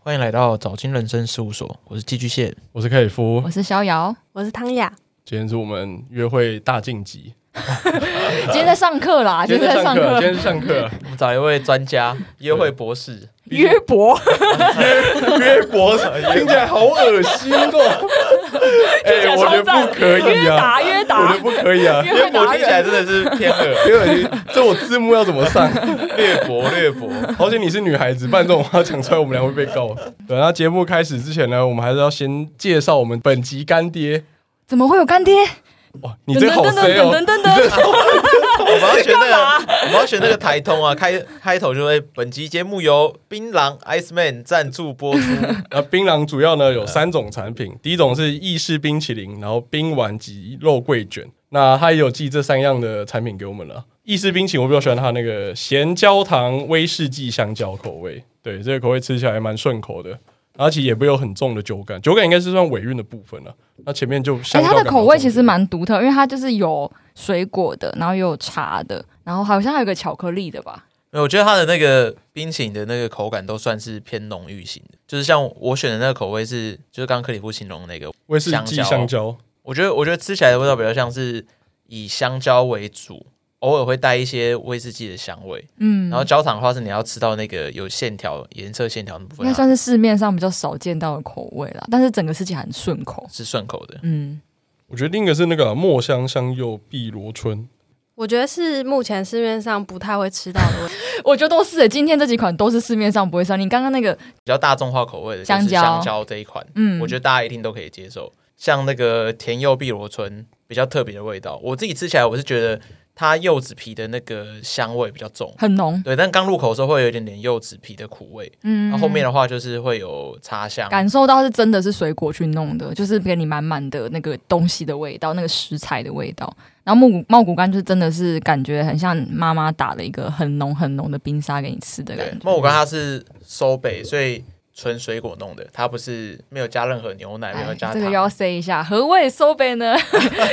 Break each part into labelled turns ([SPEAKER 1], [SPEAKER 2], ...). [SPEAKER 1] 欢迎来到早金人生事务所，我是寄居蟹。
[SPEAKER 2] 我是凯里夫
[SPEAKER 3] 我，是逍遥，
[SPEAKER 4] 我是汤雅，
[SPEAKER 2] 今天是我们约会大晋级，
[SPEAKER 3] 今天在上课啦，今天在
[SPEAKER 2] 呃
[SPEAKER 3] 上
[SPEAKER 2] 今
[SPEAKER 3] 课，
[SPEAKER 2] 天是上课，
[SPEAKER 1] 我们找一位专 家，约会博士，
[SPEAKER 4] 约 伯，
[SPEAKER 2] 约国听起来好恶心 哦，
[SPEAKER 4] 起
[SPEAKER 2] 哎，
[SPEAKER 4] 来
[SPEAKER 2] 我觉
[SPEAKER 4] 超赞
[SPEAKER 2] 得不可以
[SPEAKER 4] 约
[SPEAKER 2] 啊，
[SPEAKER 4] 达约
[SPEAKER 2] 我觉得
[SPEAKER 4] 达，
[SPEAKER 2] 不可以啊，
[SPEAKER 4] 约会达
[SPEAKER 1] 听起来
[SPEAKER 4] 人，
[SPEAKER 1] 真的是偏 恶，
[SPEAKER 2] 因为这我字幕要怎么上？
[SPEAKER 1] 略博略博。
[SPEAKER 2] 而且你是女孩子，不然这种话讲出来，我们俩会被告。对，那节目开始之前呢，我们还是要先介绍我们本集干爹。
[SPEAKER 3] 怎么会有干爹？
[SPEAKER 2] 哇，你这好 C 哦，
[SPEAKER 4] 噔噔 噔噔，
[SPEAKER 1] 我们要选那个，我们要选那个台通啊，开开头就会。本集节目由槟榔 Ice Man 赞助播 出。
[SPEAKER 2] 那槟榔主要呢有三种产品，第一种是意式冰淇淋，然后冰丸及肉桂卷。那他也有寄这三样的产品给我们了。意式冰淇淋我比较喜欢它那个咸焦糖威士忌香蕉口味，对这个口味吃起来蛮顺口的，而且也不会有很重的酒感，酒感应该是算尾韵的部分了。那前面就
[SPEAKER 3] 哎、
[SPEAKER 2] 香蕉
[SPEAKER 3] 它
[SPEAKER 2] 感
[SPEAKER 3] 的口味其
[SPEAKER 2] 比较重一点
[SPEAKER 3] 实蛮独特，因为它就是有水果的，然后也有茶的，然后好像还有个巧克力的吧。
[SPEAKER 1] 没有我觉得它的那个冰淇淋的那个口感都算是偏浓郁型的，就是像我选的那个口味是，就是刚刚克里夫形容的那个，
[SPEAKER 2] 威士忌香蕉，
[SPEAKER 1] 我觉得我觉得吃起来的味道比较像是以香蕉为主，偶尔会带一些威士忌的香味。
[SPEAKER 3] 嗯，
[SPEAKER 1] 然后焦糖的话是你要吃到那个有线条、颜色线条的部
[SPEAKER 3] 应
[SPEAKER 1] 分
[SPEAKER 3] 该
[SPEAKER 1] 啊，
[SPEAKER 3] 算是市面上比较少见到的口味啦，但是整个吃起来很顺口。
[SPEAKER 1] 是顺口的。
[SPEAKER 3] 嗯，
[SPEAKER 2] 我觉得另一个是那个啊墨香香柚碧螺春，
[SPEAKER 4] 我觉得是目前市面上不太会吃到 的味道。
[SPEAKER 3] 我觉得都是、欸，今天这几款都是市面上不会上。你刚刚那个，
[SPEAKER 1] 比较大众化口味的
[SPEAKER 3] 香
[SPEAKER 1] 就是
[SPEAKER 3] 蕉
[SPEAKER 1] 香蕉这一款，
[SPEAKER 3] 嗯，
[SPEAKER 1] 我觉得大家一定都可以接受。像那个甜柚碧螺春比较特别的味道，我自己吃起来我是觉得它柚子皮的那个香味比较重，
[SPEAKER 3] 很浓。
[SPEAKER 1] 对，但刚入口的时候会有一点点柚子皮的苦味，
[SPEAKER 3] 嗯，
[SPEAKER 1] 那后面的话就是会有茶香，
[SPEAKER 3] 感受到是真的是水果去弄的，就是给你满满的那个东西的味道，那个食材的味道。然后木谷茂谷柑就是真的是感觉很像妈妈打了一个很浓很浓的冰沙给你吃的
[SPEAKER 1] 对
[SPEAKER 3] 感，觉。
[SPEAKER 1] 茂谷柑它是收北，所以纯水果弄的，它不是没有加任何牛奶，没有
[SPEAKER 3] 哎
[SPEAKER 1] 加
[SPEAKER 3] 这
[SPEAKER 1] 糖
[SPEAKER 3] 个又。要 say 一下，何谓收杯 呢？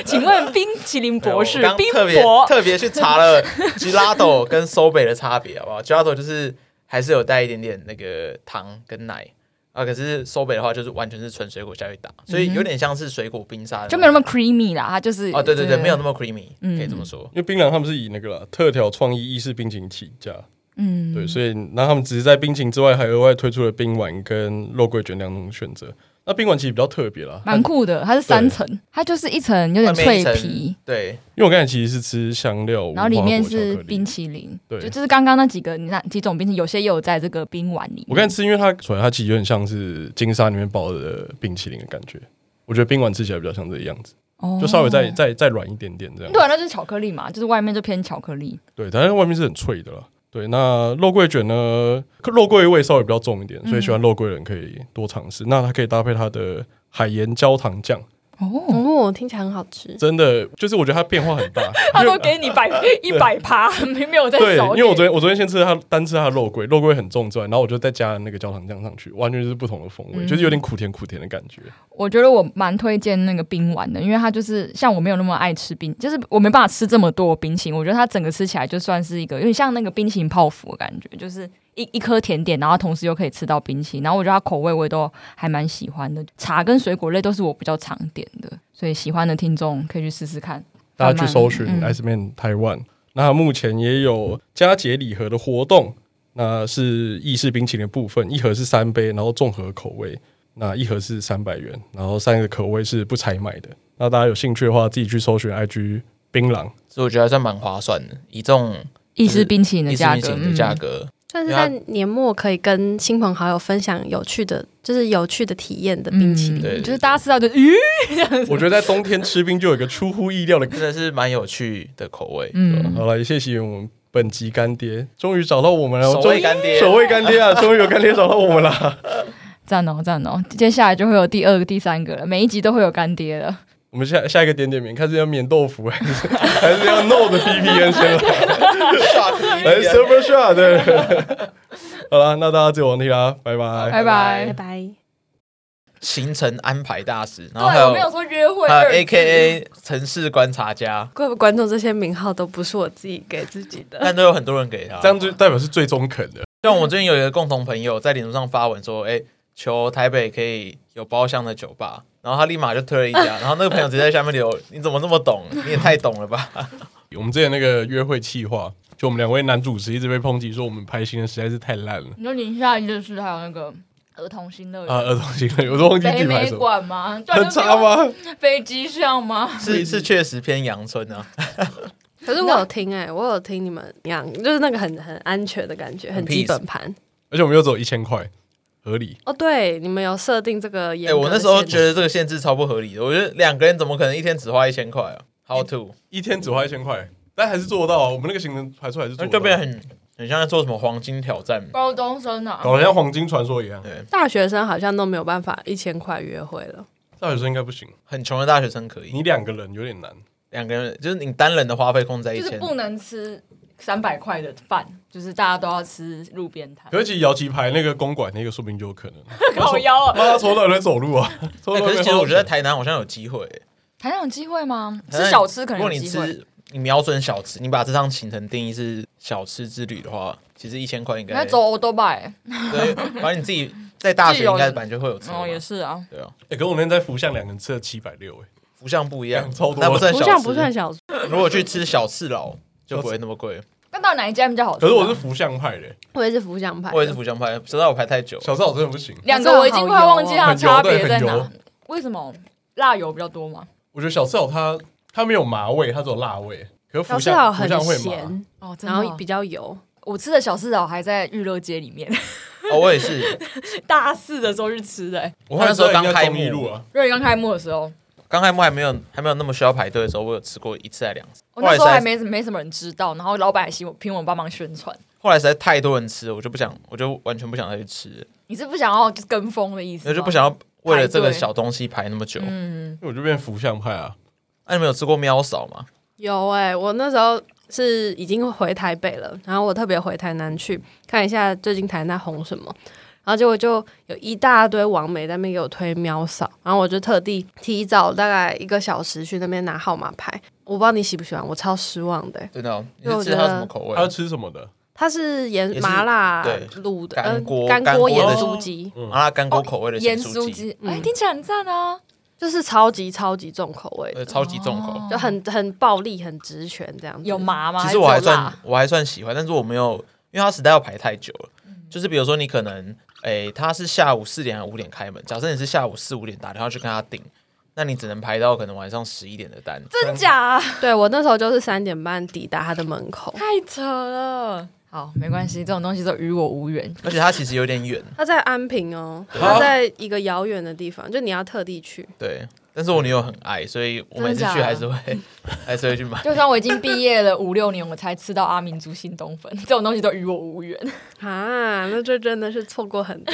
[SPEAKER 3] 请问冰淇淋
[SPEAKER 1] 没有
[SPEAKER 3] 博士
[SPEAKER 1] 哎我刚，
[SPEAKER 3] 冰
[SPEAKER 1] 特别
[SPEAKER 3] 博
[SPEAKER 1] 特别去查 了吉拉豆跟收北的差别，好不好？吉拉豆就是还是有带一点点那个糖跟奶啊，可是收北的话就是完全是纯水果下去打，所以有点像是水果冰沙的种，
[SPEAKER 3] 嗯就没有那么 creamy 啦，它就是
[SPEAKER 1] 哦，对对对，没有那么 creamy，
[SPEAKER 3] 嗯
[SPEAKER 1] 可以这么说。
[SPEAKER 2] 因为槟榔他们是以那个啦特调创意意式冰淇淋起家，
[SPEAKER 3] 嗯
[SPEAKER 2] 对，所以那他们只是在冰淇淋之外，还额外推出了冰丸跟肉桂卷两种选择。那冰丸其实比较特别啦，它
[SPEAKER 3] 蛮酷的，它是三层，它就是一层有点
[SPEAKER 1] 外面一
[SPEAKER 3] 脆
[SPEAKER 1] 层
[SPEAKER 3] 皮，
[SPEAKER 1] 对，
[SPEAKER 2] 因为我刚才其实是吃香料，
[SPEAKER 3] 然后里面
[SPEAKER 2] 无花
[SPEAKER 3] 是
[SPEAKER 2] 果巧克力
[SPEAKER 3] 冰。淇淋，
[SPEAKER 2] 对
[SPEAKER 3] 就就是刚刚那几个那几种冰淇淋，有些也有在这个冰碗里面。
[SPEAKER 2] 我刚才吃，因为它所以它其实有点像是金沙里面包的冰淇淋的感觉。我觉得冰丸吃起来比较像这个样子，
[SPEAKER 3] 哦
[SPEAKER 2] 就稍微再再再软一点点这样。
[SPEAKER 3] 对啊，那就是巧克力嘛，就是外面就偏巧克力。
[SPEAKER 2] 对，但是外面是很脆的啦。对，那肉桂卷呢，肉桂味稍微比较重一点，
[SPEAKER 3] 嗯
[SPEAKER 2] 所以喜欢肉桂的人可以多尝试。那它可以搭配它的海盐焦糖酱，
[SPEAKER 3] 哦，
[SPEAKER 4] 哦，听起来很好吃。
[SPEAKER 2] 真的就是我觉得它变化 很大。
[SPEAKER 3] 他都给
[SPEAKER 1] 呃
[SPEAKER 3] 你百一百趴，没没有在
[SPEAKER 2] 对，
[SPEAKER 3] 少
[SPEAKER 2] 因
[SPEAKER 3] 给。
[SPEAKER 2] 为我昨天我昨天先吃它单吃它的肉桂，肉桂很重之外，然后我就再加了那个焦糖酱上去，完全就是不同的风味，
[SPEAKER 3] 嗯
[SPEAKER 2] 就是有点苦甜苦甜的感觉。
[SPEAKER 3] 我觉得我蛮推荐那个冰丸的，因为它就是像我没有那么爱吃冰，就是我没办法吃这么多冰淇淋。我觉得它整个吃起来就算是一个有点像那个冰淇淋泡芙的感觉，就是一一颗甜点，然后同时又可以吃到冰淇淋。然后我觉得它口味我也都还蛮喜欢的，茶跟水果类都是我比较常点的，所以喜欢的听众可以去试试看。
[SPEAKER 2] 大家去搜寻
[SPEAKER 3] 嗯
[SPEAKER 2] Ice Man 台湾，那目前也有佳节礼盒的活动，那是意式冰淇淋的部分，一盒是三杯，然后综合口味，那一盒是三百元，然后三个口味是不采买的。那大家有兴趣的话，自己去搜寻 IG 槟榔。
[SPEAKER 1] 所以我觉得还算蛮划算的，以这种
[SPEAKER 3] 意式冰淇淋的
[SPEAKER 1] 意式
[SPEAKER 3] 价
[SPEAKER 1] 冰
[SPEAKER 3] 格
[SPEAKER 1] 淇，淋的价
[SPEAKER 3] 嗯
[SPEAKER 1] 格，
[SPEAKER 4] 算是在年末可以跟亲朋好友分享有趣的，就是有趣的体验的冰淇
[SPEAKER 3] 嗯
[SPEAKER 4] 淋。
[SPEAKER 1] 对
[SPEAKER 3] 就是大家吃到就咦，
[SPEAKER 2] 我觉得在冬天吃冰就有一个出乎意料的
[SPEAKER 1] 真的是蛮有趣的口味。
[SPEAKER 3] 嗯，
[SPEAKER 2] 好了，也谢谢我们本集干爹，终于找到我们了，
[SPEAKER 1] 守
[SPEAKER 2] 终
[SPEAKER 1] 卫
[SPEAKER 2] 于
[SPEAKER 1] 干爹
[SPEAKER 2] 守卫干爹啊， 终于有干爹找到我们了。
[SPEAKER 3] 赞哦赞哦，接下来就会有第二个、第三个了，每一集都会有干爹了。
[SPEAKER 2] 我们下下一个点点名，看是要免豆腐 还是还是要 no 的 VPN 先来，
[SPEAKER 3] 哎
[SPEAKER 2] 来 Super Shot 对。 好了，那大家就往那啦，拜拜。
[SPEAKER 3] 拜
[SPEAKER 4] 拜
[SPEAKER 3] 拜。
[SPEAKER 4] 拜。
[SPEAKER 1] 行程安排大师，然
[SPEAKER 3] 对，
[SPEAKER 1] 后还
[SPEAKER 3] 我没
[SPEAKER 1] 有
[SPEAKER 3] 有说约会
[SPEAKER 1] 还
[SPEAKER 3] 二
[SPEAKER 1] 有啊
[SPEAKER 3] 字
[SPEAKER 1] A K A 城市观察家，
[SPEAKER 4] 各位观众，这些名号都不是我自己给自己的。
[SPEAKER 1] 但都有 很多人给他。
[SPEAKER 2] 这样就代表是最中肯的，
[SPEAKER 1] 像我最近有一个共同朋友在脸书上发文说，哎、求台北可以有包厢的酒吧，然后他立马就推了一家，然后那个朋友直接在下面留， 你怎么那么懂？你也太懂了吧？
[SPEAKER 2] 我们之前那个约会企划，就我们两位男主持一直被抨击说我们拍新的实在是太烂了
[SPEAKER 3] 你说宁夏夜市还有那个儿童新乐
[SPEAKER 2] 啊，
[SPEAKER 1] 呃
[SPEAKER 3] 园、
[SPEAKER 2] 儿童新乐园我都忘记自
[SPEAKER 3] 北
[SPEAKER 2] 己拍
[SPEAKER 3] 美
[SPEAKER 2] 什么，
[SPEAKER 3] 馆吗？
[SPEAKER 1] 啊
[SPEAKER 3] 啊
[SPEAKER 2] 很差？吗？
[SPEAKER 3] 飞机上吗？
[SPEAKER 1] 是是，确实偏阳春啊，
[SPEAKER 4] 可是我有听哎、我有听你们讲，就是那个很很安全的感觉，
[SPEAKER 1] 很
[SPEAKER 4] 很
[SPEAKER 1] peace
[SPEAKER 4] 基本盘。
[SPEAKER 2] 而且我们又走一千块，合理。
[SPEAKER 4] 哦，对，你们有设定这个
[SPEAKER 1] 哎、
[SPEAKER 4] 严格
[SPEAKER 1] 我
[SPEAKER 4] 的限制。
[SPEAKER 1] 那时候觉得这个限制超不合理的，我觉得两个人怎么可能一天只花一千块啊？How to？
[SPEAKER 2] 一天只花一千块，但还是做得到啊。我们那个行程排出来是做
[SPEAKER 1] 那
[SPEAKER 2] 得到
[SPEAKER 1] 就变得很很像在做什么黄金挑战，
[SPEAKER 3] 高中生啊，
[SPEAKER 2] 搞得像黄金传说一样。
[SPEAKER 1] 对，
[SPEAKER 4] 大学生好像都没有办法一千块约会了。
[SPEAKER 2] 大学生应该不行，
[SPEAKER 1] 很穷的大学生可以，
[SPEAKER 2] 你两个人有点难。
[SPEAKER 1] 两个人就是你单人的花费控制在一
[SPEAKER 3] 就是
[SPEAKER 1] 千，
[SPEAKER 3] 不能吃三百块的饭，就是大家都要吃路边摊
[SPEAKER 2] 可。是其实摇旗牌那个公馆那个说不定就有可能。
[SPEAKER 3] 靠腰啊，
[SPEAKER 2] 妈他从哪来走路啊？从
[SPEAKER 1] 哎
[SPEAKER 2] 哪
[SPEAKER 1] 可是
[SPEAKER 2] 来
[SPEAKER 1] 其实我觉得在台南好像有机会、欸
[SPEAKER 3] 还有机会吗？
[SPEAKER 1] 台南
[SPEAKER 3] 吃小吃可
[SPEAKER 1] 如果
[SPEAKER 3] 能
[SPEAKER 1] 你
[SPEAKER 3] 有机会。
[SPEAKER 1] 吃，你瞄准小吃，你把这趟行程定义是小吃之旅的话，其实一千块应
[SPEAKER 3] 你
[SPEAKER 1] 该
[SPEAKER 3] 要走欧多拜，哦
[SPEAKER 1] 对，反正你自己在大学应该本来就会有车嘛
[SPEAKER 3] 哦，也是啊，
[SPEAKER 1] 对啊，
[SPEAKER 2] 哎，跟我那天在福巷两个人吃了七百六，哎，
[SPEAKER 1] 福相不一样，
[SPEAKER 2] 超多
[SPEAKER 1] 那不算
[SPEAKER 4] 不
[SPEAKER 1] 小
[SPEAKER 4] 像
[SPEAKER 1] 吃，
[SPEAKER 4] 不算小吃，
[SPEAKER 1] 如果去吃小赤佬就不会那么贵。
[SPEAKER 3] 那到底哪一家比较好吃啊？
[SPEAKER 2] 可是我是福巷派的，
[SPEAKER 4] 我也是福相派的。
[SPEAKER 1] 我也是福相派，知道我排太久，
[SPEAKER 2] 小时候我真的不行。
[SPEAKER 3] 两个，我已经快忘记它的差别在
[SPEAKER 2] 很油对很
[SPEAKER 3] 哪
[SPEAKER 2] 油。
[SPEAKER 3] 为什么辣油比较多嘛？
[SPEAKER 2] 我觉得小吃好它它没有麻味，它只有辣味。可是
[SPEAKER 4] 小
[SPEAKER 2] 福
[SPEAKER 4] 吃
[SPEAKER 2] 巷
[SPEAKER 4] 好
[SPEAKER 2] 福
[SPEAKER 4] 很
[SPEAKER 2] 巷会麻，
[SPEAKER 4] 咸，
[SPEAKER 3] 哦，真
[SPEAKER 4] 然
[SPEAKER 3] 的
[SPEAKER 4] 后
[SPEAKER 3] 哦。
[SPEAKER 4] 比较油。
[SPEAKER 3] 我吃的小四岛还在娱乐街里面，
[SPEAKER 1] 哦，我也 是，
[SPEAKER 3] 大四的时候去吃的、欸，
[SPEAKER 2] 我看
[SPEAKER 1] 那时候
[SPEAKER 2] 在应
[SPEAKER 1] 刚
[SPEAKER 2] 该
[SPEAKER 1] 开
[SPEAKER 2] 中义
[SPEAKER 1] 幕
[SPEAKER 2] 路啊，
[SPEAKER 3] 瑞刚开幕的时候，
[SPEAKER 1] 刚开幕还没有还没有那么需要排队的时候，我有吃过一次还两次，
[SPEAKER 3] 我
[SPEAKER 1] 后
[SPEAKER 3] 那
[SPEAKER 1] 来
[SPEAKER 3] 时
[SPEAKER 1] 实
[SPEAKER 3] 候还
[SPEAKER 1] 在
[SPEAKER 3] 没没什么人知道，然后老板还请我请我帮忙宣传。
[SPEAKER 1] 后来实在太多人吃了，我就不想，我就完全不想再去吃了，
[SPEAKER 3] 你是不想要就是跟风的意思？
[SPEAKER 1] 我就不。想要为了这
[SPEAKER 3] 排
[SPEAKER 1] 个
[SPEAKER 3] 队
[SPEAKER 1] 小东西排那么久。那
[SPEAKER 3] 嗯，
[SPEAKER 2] 我就变福巷派啊。
[SPEAKER 1] 你们有吃过喵嫂吗？
[SPEAKER 4] 有哎、我那时候是已经回台北了，然后我特别回台南去看一下最近台南在红什么，然后结果就有一大堆网媒在那边给我推喵嫂，然后我就特地提早大概一个小时去那边拿号码牌。我不知道你喜不喜欢，我超失望的欸、
[SPEAKER 1] 真的哦，你
[SPEAKER 4] 因为
[SPEAKER 1] 是
[SPEAKER 4] 我
[SPEAKER 1] 吃
[SPEAKER 4] 觉
[SPEAKER 1] 它
[SPEAKER 4] 得
[SPEAKER 1] 什么口味
[SPEAKER 2] 他？吃什么的？
[SPEAKER 4] 它是
[SPEAKER 1] 也
[SPEAKER 4] 盐
[SPEAKER 1] 是
[SPEAKER 4] 麻辣
[SPEAKER 1] 对
[SPEAKER 4] 卤的，
[SPEAKER 1] 干
[SPEAKER 4] 呃
[SPEAKER 1] 锅
[SPEAKER 4] 干
[SPEAKER 1] 干
[SPEAKER 4] 锅
[SPEAKER 1] 锅
[SPEAKER 4] 盐
[SPEAKER 1] 的
[SPEAKER 4] 酥鸡，
[SPEAKER 1] 麻辣干锅口味的
[SPEAKER 3] 嗯盐
[SPEAKER 1] 咸
[SPEAKER 3] 酥
[SPEAKER 1] 鸡，
[SPEAKER 3] 鸡，哎，
[SPEAKER 4] 嗯
[SPEAKER 3] 听起来很赞啊！
[SPEAKER 4] 就是超级超级重口味
[SPEAKER 1] 呃，
[SPEAKER 4] 的，
[SPEAKER 1] 超级重口。
[SPEAKER 3] 哦
[SPEAKER 4] 就很很暴力、很直拳这样子。
[SPEAKER 3] 有麻吗？
[SPEAKER 1] 其实我还
[SPEAKER 3] 是有辣啊
[SPEAKER 1] 算我还算喜欢，但是我没有，因为它实在要排太久了。
[SPEAKER 3] 嗯
[SPEAKER 1] 就是比如说你可能，诶、它是下午四点还是五点开门，假设你是下午四五点打电话去跟他订，那你只能排到可能晚上十一点的单。
[SPEAKER 3] 真假啊？
[SPEAKER 4] 对我那时候就是三点半抵达他的门口，
[SPEAKER 3] 太扯了。好，没关系，这种东西都与我无缘。
[SPEAKER 1] 而且它其实有点远，
[SPEAKER 4] 他在安平哦，他在一个遥远的地方，就你要特地去。
[SPEAKER 1] 对。但是我女友很爱，所以我每次
[SPEAKER 3] 真假
[SPEAKER 1] 去还是 会还是会去买。
[SPEAKER 3] 就算我已经毕业了五六年，我才吃到阿明族新冬粉， 这种东西都与我无缘。
[SPEAKER 4] 啊，那这真的是错过很多。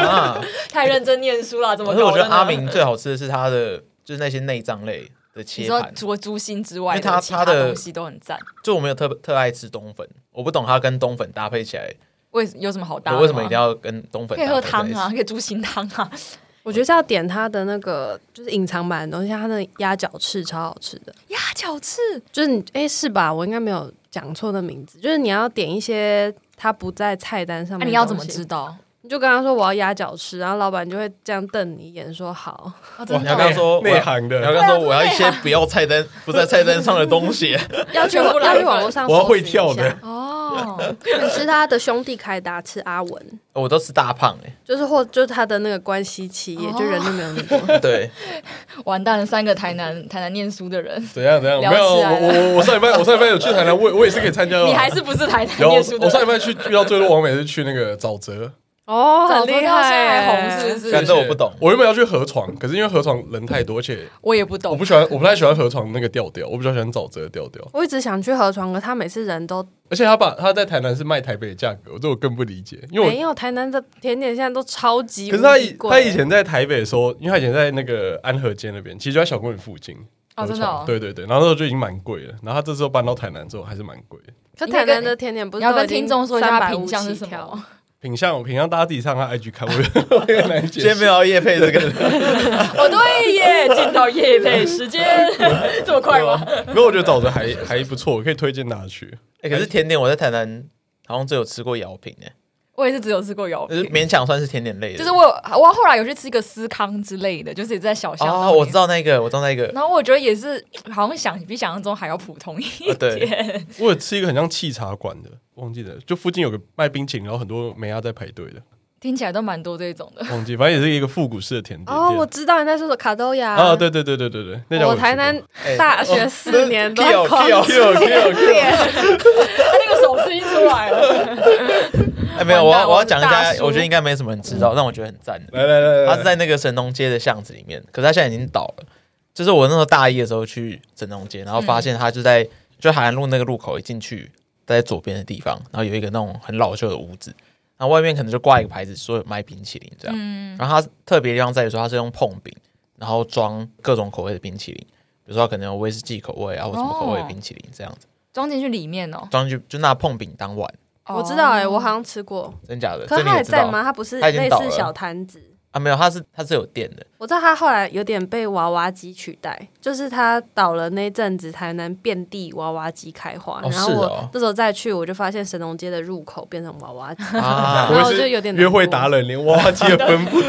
[SPEAKER 1] 啊，
[SPEAKER 3] 太认真念书了，怎么
[SPEAKER 1] 可
[SPEAKER 3] 搞
[SPEAKER 1] 是我
[SPEAKER 3] 的呢？
[SPEAKER 1] 觉得阿明最好吃的是它的，就是那些内脏类的
[SPEAKER 3] 你
[SPEAKER 1] 切
[SPEAKER 3] 说
[SPEAKER 1] 盘。
[SPEAKER 3] 除了猪心之外
[SPEAKER 1] 因
[SPEAKER 3] 的，
[SPEAKER 1] 为他
[SPEAKER 3] 其他
[SPEAKER 1] 他的
[SPEAKER 3] 东西都很赞。
[SPEAKER 1] 就我没有特特爱吃冬粉，我不懂它跟冬粉搭配起来，
[SPEAKER 3] 为有什么好搭的
[SPEAKER 1] 我
[SPEAKER 3] 吗？
[SPEAKER 1] 为什么一定要跟冬粉
[SPEAKER 3] 可以
[SPEAKER 1] 搭
[SPEAKER 3] 喝
[SPEAKER 1] 配在
[SPEAKER 3] 汤
[SPEAKER 1] 一起？
[SPEAKER 3] 啊，可以猪心汤啊，
[SPEAKER 4] 我觉得是要点他的那个，就是隐藏版的东西，像他的鸭脚翅超好吃的。
[SPEAKER 3] 鸭脚翅
[SPEAKER 4] 就是你，哎，是吧？我应该没有讲错的名字。就是你要点一些他不在菜单上
[SPEAKER 3] 那啊
[SPEAKER 4] 面、
[SPEAKER 3] 你要怎么知？道？
[SPEAKER 4] 你就跟他说我要鸭脚翅，然后老板就会这样瞪你一眼，说好。
[SPEAKER 3] 哦
[SPEAKER 1] 哇
[SPEAKER 3] 真
[SPEAKER 1] 你
[SPEAKER 3] 的
[SPEAKER 1] 要
[SPEAKER 3] 哦
[SPEAKER 1] 跟他说
[SPEAKER 2] 内行的
[SPEAKER 1] 然后他说我要一些不要菜单、不在菜单上的东 西。
[SPEAKER 4] 要去
[SPEAKER 3] 全部来
[SPEAKER 4] 要
[SPEAKER 3] 一
[SPEAKER 4] 去网
[SPEAKER 3] 份
[SPEAKER 4] 络上，
[SPEAKER 2] 我要会跳的。
[SPEAKER 3] 哦，
[SPEAKER 4] 你吃他的兄弟凯达，吃阿文，
[SPEAKER 1] 我都是大胖哎、
[SPEAKER 4] 就是或就是他的那个关系企业，就人就没有那么多。
[SPEAKER 1] 对，
[SPEAKER 3] 完蛋了，三个台南台南念书的人，
[SPEAKER 2] 怎样怎样？
[SPEAKER 3] 聊
[SPEAKER 2] 没有，
[SPEAKER 3] 起来
[SPEAKER 2] 我我我上礼拜我上礼拜有去台南，我也我也是可以参加的啊。
[SPEAKER 3] 你还是不是台南
[SPEAKER 2] 有
[SPEAKER 3] 念书的
[SPEAKER 2] 我上礼
[SPEAKER 3] 人？
[SPEAKER 2] 拜去遇到最多网美是去那个沼泽，
[SPEAKER 4] 哦，
[SPEAKER 3] 早
[SPEAKER 4] 很
[SPEAKER 3] 知道
[SPEAKER 4] 厉
[SPEAKER 3] 现
[SPEAKER 4] 害
[SPEAKER 3] 在
[SPEAKER 4] 欸，
[SPEAKER 3] 还红是不
[SPEAKER 1] 干
[SPEAKER 3] 是？
[SPEAKER 1] 这我不懂
[SPEAKER 2] 我原本要去河床，可是因为河床人太多，而且
[SPEAKER 3] 我也不
[SPEAKER 2] 我
[SPEAKER 3] 懂
[SPEAKER 2] 不。喜欢，我不太喜欢河床那个调调，我比较喜欢沼泽的调调。
[SPEAKER 4] 我一直想去河床，可他每次人都
[SPEAKER 2] 而且他把他在台南是卖台北的价格，这我更不理解，
[SPEAKER 3] 哎
[SPEAKER 2] 因为
[SPEAKER 4] 没
[SPEAKER 2] 我。
[SPEAKER 4] 有台南的甜点现在都超级
[SPEAKER 2] 可是他
[SPEAKER 4] 无
[SPEAKER 2] 以
[SPEAKER 4] 敌贵
[SPEAKER 2] 他以前在台北的时候，因为他以前在那个安和街那边，其实就在小公园附近。
[SPEAKER 3] 哦
[SPEAKER 2] 河
[SPEAKER 3] 真的哦
[SPEAKER 2] 床对对对，然后那时候就已经蛮贵了，然后他这时候搬到台南之后还是蛮贵的。
[SPEAKER 4] 可台南的甜点不是
[SPEAKER 3] 你要
[SPEAKER 4] 都
[SPEAKER 3] 跟
[SPEAKER 4] 已经
[SPEAKER 3] 听众说一下它
[SPEAKER 4] 350
[SPEAKER 3] 品相是什
[SPEAKER 4] 起跳
[SPEAKER 3] 么？
[SPEAKER 2] 品相品相，大家自己上他 IG 看，我也 我也很难解
[SPEAKER 1] 今天没
[SPEAKER 2] 释。
[SPEAKER 1] 有要夜配这 个，
[SPEAKER 3] 哦，对耶，进到夜配时间这么快吗？
[SPEAKER 2] 不过我觉得沼泽还还不错，可以推荐大家去。
[SPEAKER 1] 欸可是甜点我在台南好像只有吃过瑶品哎、
[SPEAKER 3] 我也是只有吃过油
[SPEAKER 1] 就是
[SPEAKER 3] 品，
[SPEAKER 1] 勉强算是甜点类的。
[SPEAKER 3] 就是我有我后来有去吃一个司康之类的，就是也在小巷
[SPEAKER 1] 哦，
[SPEAKER 3] 弄里
[SPEAKER 1] 我知。道那个，我知道那个，
[SPEAKER 3] 然后我觉得也是，好像想比想象中还要普通一
[SPEAKER 1] 呃对，
[SPEAKER 3] 点。
[SPEAKER 2] 我有吃一个很像气茶馆的，忘记了，就附近有个卖冰淇淋，然后很多美亚在排队 的，
[SPEAKER 3] 听起来都蛮多这种的。
[SPEAKER 2] 忘记，反正也是一个复古式的甜点
[SPEAKER 4] 哦，我
[SPEAKER 2] 店。
[SPEAKER 4] 知道你在说的卡豆芽
[SPEAKER 2] 啊，对对对对对对，那家
[SPEAKER 3] 哦
[SPEAKER 4] 我
[SPEAKER 2] 有吃过
[SPEAKER 4] 台 南
[SPEAKER 1] 哎
[SPEAKER 4] 大
[SPEAKER 2] 哦
[SPEAKER 4] 学四年都
[SPEAKER 1] Q
[SPEAKER 4] 狂
[SPEAKER 1] Q
[SPEAKER 4] 吃
[SPEAKER 1] Q Q
[SPEAKER 4] 甜
[SPEAKER 3] 他那个手势一出来了，
[SPEAKER 1] 哎，没有，我要我要讲一
[SPEAKER 3] 完蛋
[SPEAKER 1] 下
[SPEAKER 3] 我是大，叔嗯
[SPEAKER 1] 我觉得应该没什么人知道，但我觉得很赞的。
[SPEAKER 2] 来来来来，
[SPEAKER 1] 他是 在那个神农街的巷子里面，可是他现在已经倒了。就是我那时候大一的时候去神农街，然后发现他就在、就海岸路那个路口一进去，在左边的地方，然后有一个那种很老旧的屋子，然后外面可能就挂一个牌子说有卖冰淇淋这样。
[SPEAKER 4] 嗯
[SPEAKER 1] 然后它特别的地方在于说它是用碰饼，然后装各种口味的冰淇淋，比如说它可能有威士忌口味啊，或什么口味
[SPEAKER 4] 哦
[SPEAKER 1] 的冰淇淋这样子，
[SPEAKER 3] 装进去里面哦。
[SPEAKER 1] 装进去就拿碰饼当碗，
[SPEAKER 4] 我知道哎、
[SPEAKER 3] 哦
[SPEAKER 4] 我好像吃过，
[SPEAKER 1] 真假的？这
[SPEAKER 4] 可是
[SPEAKER 1] 你
[SPEAKER 4] 它
[SPEAKER 1] 也
[SPEAKER 4] 还
[SPEAKER 1] 知
[SPEAKER 4] 在
[SPEAKER 1] 道
[SPEAKER 4] 吗？它不是
[SPEAKER 1] 它已经
[SPEAKER 4] 类
[SPEAKER 1] 倒
[SPEAKER 4] 似
[SPEAKER 1] 了
[SPEAKER 4] 小摊子。
[SPEAKER 1] 啊，没有，它是它是有店 的，
[SPEAKER 4] 我知道它后来有点被娃娃机取代，就是它倒了那阵子，台南遍地娃娃机开花。
[SPEAKER 1] 哦
[SPEAKER 4] 然后
[SPEAKER 1] 是
[SPEAKER 4] 我、
[SPEAKER 1] 哦
[SPEAKER 4] 那时候再去，我就发现神农街的入口变成 娃娃机，
[SPEAKER 1] 啊
[SPEAKER 2] 不
[SPEAKER 4] 然
[SPEAKER 2] 会
[SPEAKER 4] 后我就是有点难
[SPEAKER 2] 约会
[SPEAKER 4] 过
[SPEAKER 2] 达人，连娃娃机的分布，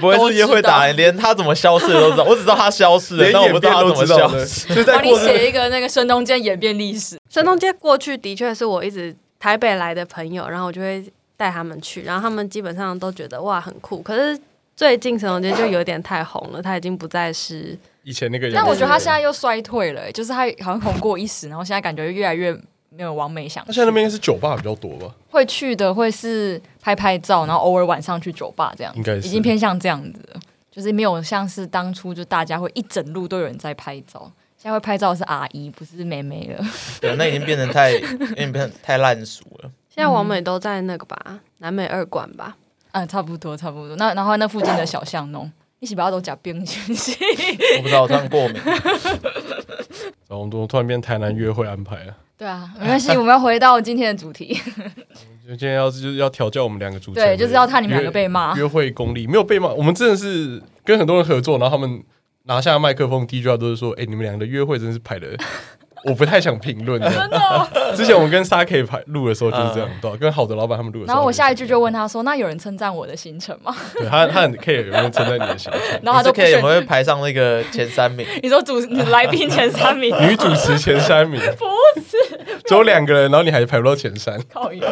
[SPEAKER 1] 不会是约会打人，连他怎么消失的都 知道。我只知道他消失了，
[SPEAKER 2] 连
[SPEAKER 1] 但我不
[SPEAKER 2] 演
[SPEAKER 1] 知
[SPEAKER 2] 变
[SPEAKER 1] 道他
[SPEAKER 2] 都
[SPEAKER 1] 怎么
[SPEAKER 2] 知道
[SPEAKER 1] 消
[SPEAKER 2] 的，
[SPEAKER 1] 失。
[SPEAKER 2] 就
[SPEAKER 3] 然
[SPEAKER 2] 在
[SPEAKER 3] 后哦你
[SPEAKER 2] 过程
[SPEAKER 3] 写一个那个神农街演变历史，
[SPEAKER 4] 神农街过去的确是我一直台北来的朋友，然后我就会带他们去，然后他们基本上都觉得哇很酷。可是最近神农街就有点太红了，它已经不再是
[SPEAKER 2] 以前那个人，
[SPEAKER 3] 但我觉得他现在又衰退了、欸就是他好像红过一时，然后现在感觉越来越没有完美想去。
[SPEAKER 2] 他现在那边应该是酒吧比较多吧？
[SPEAKER 3] 会去的会是拍拍照，然后偶尔晚上去酒吧这样，
[SPEAKER 2] 应该是
[SPEAKER 3] 已经偏向这样子了，就是没有像是当初就大家会一整路都有人在拍照。现在会拍照的是阿姨，不是妹妹了。
[SPEAKER 1] 对，那已经变成太， 有点变成太烂熟了。
[SPEAKER 4] 现在王美都在那个吧南美二馆吧，
[SPEAKER 3] 嗯，差不多，差不多。那然后那附近的小巷弄，一起把它都夹冰进去。
[SPEAKER 1] 我不知道，我突然过敏。
[SPEAKER 2] 然后我们都突然变台南约会安排了。
[SPEAKER 3] 对啊，没关系，我们要回到今天的主题。
[SPEAKER 2] 就今天要是就是要调教我们两个主持人，
[SPEAKER 3] 对，就是要看你们两个被骂
[SPEAKER 2] 约。约会功力没有被骂，我们真的是跟很多人合作，然后他们拿下麦克风，第一句话都是说：“哎、你们两个的约会真是排的， 我不太想评 论。”真
[SPEAKER 3] 哦
[SPEAKER 2] 的，之前我跟 Saki 排录的时候就是这样，对吧、跟好的老板他们录的时候，
[SPEAKER 3] 嗯然后我下一句就问他说：“那有人称赞我的行程吗
[SPEAKER 2] 对他他很 care 有没有存在你的形象？”。
[SPEAKER 3] 然后
[SPEAKER 1] 你
[SPEAKER 3] 他
[SPEAKER 1] 是
[SPEAKER 3] 都不
[SPEAKER 1] 可以有
[SPEAKER 3] 选
[SPEAKER 1] 没。有排上那个前三 名？
[SPEAKER 3] 你说主你来宾前三名，
[SPEAKER 2] 女主持前三名
[SPEAKER 3] 不是
[SPEAKER 2] 只有两个人，然后你还排不到前三，
[SPEAKER 3] 靠友。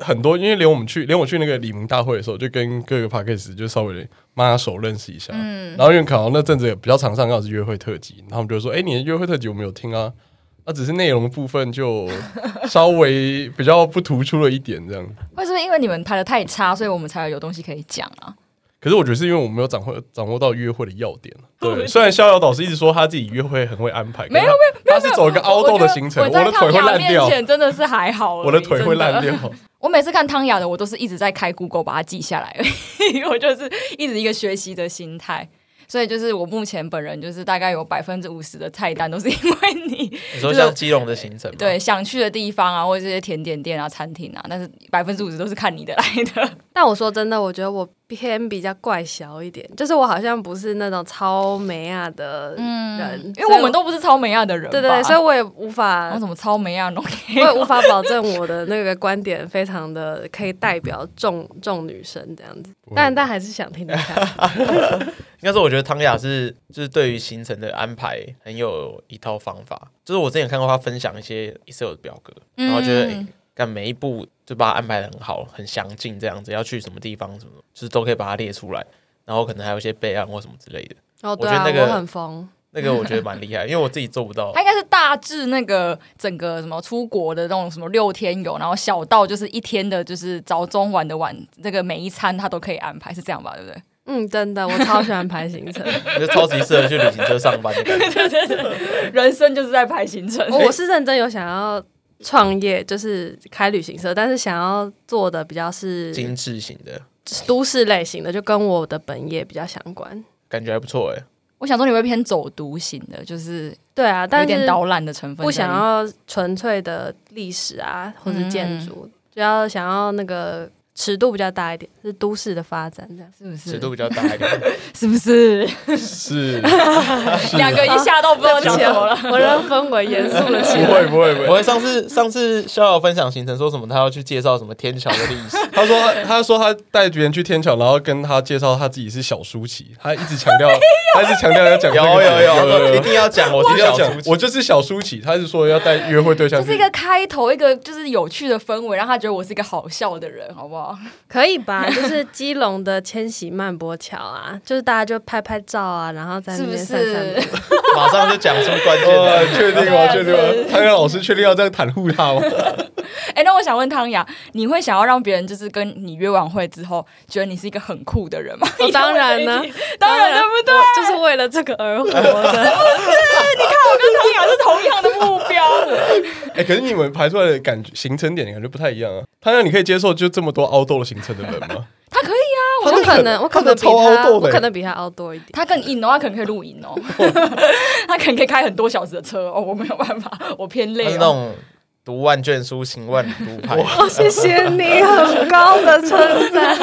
[SPEAKER 2] 很多因为连我们去连我去那个李明大会的时候，就跟各个 p a c k a g e 就稍微拉手认识一下，
[SPEAKER 3] 嗯
[SPEAKER 2] 然后因为可能那阵子也比较常上，刚好是约会特辑，然后我们就说，哎、你的约会特辑我们有听啊，那、只是内容部分就稍微比较不突出了一点这样，
[SPEAKER 3] 会是不是因为你们拍的太差，所以我们才有东西可以讲啊？
[SPEAKER 2] 可是我觉得是因为我没有掌握掌握到约会的要 点。啊对，虽然逍遥导师一直说他自己约会很会安排，
[SPEAKER 3] 没有
[SPEAKER 2] 可是他他是走一个凹
[SPEAKER 3] 我
[SPEAKER 2] 洞
[SPEAKER 3] 觉
[SPEAKER 2] 的
[SPEAKER 3] 得
[SPEAKER 2] 行程，
[SPEAKER 3] 我
[SPEAKER 2] 我
[SPEAKER 3] 在
[SPEAKER 2] 的腿会
[SPEAKER 3] 汤雅
[SPEAKER 2] 烂掉
[SPEAKER 3] 面，前真的是还好而已，
[SPEAKER 2] 我的腿会烂
[SPEAKER 3] 真
[SPEAKER 2] 掉
[SPEAKER 3] 的。。我每次看汤雅的，我都是一直在开 Google 把它记下来而 已，我就是一直一个学习的心态。所以就是我目前本人就是大概有百分之五十的菜单都是因为你
[SPEAKER 1] 你说像基隆的行程吗？
[SPEAKER 3] 对想去的地方啊，或者这些甜点店啊、餐厅啊，但是百分之五十都是看你的来的。
[SPEAKER 4] 但我说真的，我觉得我偏比较怪小一点，就是我好像不是那种超美亚的人，
[SPEAKER 3] 嗯因为我们
[SPEAKER 4] 所以
[SPEAKER 3] 都不是超美亚的人吧，
[SPEAKER 4] 对对对，所以我也无
[SPEAKER 3] 然
[SPEAKER 4] 法
[SPEAKER 3] 后，什么啊超美亚农
[SPEAKER 4] 我也无法保证我的那个观点非常的可以代表众众女生这样子，但但还是想听 听看。
[SPEAKER 1] 应该说，我觉得汤雅是就是对于行程的安排很有一套方法。就是我之前有看过他分享一些 Excel 的表格，然后觉得
[SPEAKER 3] 嗯
[SPEAKER 1] 诶干、每一步就把它安排的很好，很详尽，这样子要去什么地方什么，就是都可以把它列出来。然后可能还有一些备案或什么之类的，
[SPEAKER 4] 哦，对
[SPEAKER 1] 我
[SPEAKER 4] 啊，
[SPEAKER 1] 觉得那个
[SPEAKER 4] 我很疯，
[SPEAKER 1] 那个我觉得蛮厉害，因为我自己做不到
[SPEAKER 3] 他。
[SPEAKER 4] 哎
[SPEAKER 3] 应该是大致那个整个什么出国的那种什么六天游，然后小到就是一天的，就是早中晚的晚，这个每一餐他都可以安排，是这样吧？对 不对？
[SPEAKER 4] 嗯，真的，我超喜欢排行 程，
[SPEAKER 1] 就超级适合去旅行社上班的感觉。
[SPEAKER 3] 人生就是在排行程。
[SPEAKER 4] 哦我我是认真有想要。创业就是开旅行社，但是想要做的比较是
[SPEAKER 1] 精致型的
[SPEAKER 4] 都市类型的，就跟我的本业比较相关。
[SPEAKER 1] 感觉还不错哎、
[SPEAKER 3] 我想说你会偏走读型的，就是
[SPEAKER 4] 对啊，但
[SPEAKER 3] 有
[SPEAKER 4] 是
[SPEAKER 3] 点导览的成分在里面，
[SPEAKER 4] 不想
[SPEAKER 3] 嗯
[SPEAKER 4] 要纯粹的历史啊，或是建筑，就要想要那个尺度比较大一点，是都市的发展这样。
[SPEAKER 3] 是不
[SPEAKER 1] 尺
[SPEAKER 3] 是
[SPEAKER 1] 度？比较大一点。
[SPEAKER 3] 是不是？
[SPEAKER 2] 是
[SPEAKER 3] 两个一下都不知道
[SPEAKER 4] 对
[SPEAKER 3] 讲
[SPEAKER 4] 不起
[SPEAKER 3] 什么了。
[SPEAKER 4] 啊，我让氛围严肃了起
[SPEAKER 2] 不
[SPEAKER 4] 来。
[SPEAKER 2] 会不会不会，
[SPEAKER 1] 我上次上次逍遥分享行程说什么，他要去介绍什么天桥的历史，
[SPEAKER 2] 他说他说他带别人去天桥，然后跟他介绍他自己是小舒淇，他一直 强调，他一直强调要讲这
[SPEAKER 1] 有
[SPEAKER 2] 个
[SPEAKER 1] 有有，
[SPEAKER 2] 有
[SPEAKER 1] 一定要讲，我
[SPEAKER 2] 一定
[SPEAKER 1] 是
[SPEAKER 2] 要
[SPEAKER 1] 小
[SPEAKER 2] 讲
[SPEAKER 1] 厨，
[SPEAKER 2] 我就是小舒淇，他是说要带约会对象
[SPEAKER 3] 这
[SPEAKER 2] 去，
[SPEAKER 3] 是一个开头，一个就是有趣的氛围，让他觉得我是一个好笑的人，好不好？
[SPEAKER 4] 可以吧？就是基隆的千禧曼波桥啊，就是大家就拍拍照啊，然后在
[SPEAKER 3] 是
[SPEAKER 4] 那
[SPEAKER 3] 不
[SPEAKER 4] 边散散步
[SPEAKER 3] 是？
[SPEAKER 1] 马上就讲出关 键
[SPEAKER 2] 哇
[SPEAKER 1] 的。
[SPEAKER 2] 呃确定吗？
[SPEAKER 3] 对
[SPEAKER 2] 确定
[SPEAKER 3] 对
[SPEAKER 2] 吗？汤圆老师确定要这样袒护他吗？
[SPEAKER 3] 哎、那我想问汤雅，你会想要让别人就是跟你约完会之后，觉得你是一个很酷的人吗？
[SPEAKER 4] 哦当然啊呢
[SPEAKER 3] 当然对不对？
[SPEAKER 4] 我就是为了这个而活 的。
[SPEAKER 3] 我跟汤雅是同样的目标，
[SPEAKER 2] 哎、可是你们排出来的感觉行程点感觉不太一样啊。汤圆，你可以接受就这么多凹豆的行程的人 吗？
[SPEAKER 3] 他可以啊，
[SPEAKER 4] 我可能，我可
[SPEAKER 2] 他的
[SPEAKER 4] 能比
[SPEAKER 2] 超凹
[SPEAKER 4] 他，
[SPEAKER 2] 豆的欸
[SPEAKER 4] 我可能比他凹多一点。
[SPEAKER 3] 他更硬哦，他可能可以露营哦， 他可能可以开很多小时的车哦，我没有办法，我偏
[SPEAKER 1] 他
[SPEAKER 3] 累
[SPEAKER 1] 是那
[SPEAKER 3] 哦。
[SPEAKER 1] 种读万卷书行万里路派，
[SPEAKER 4] 哦，谢谢你，很高的称赞。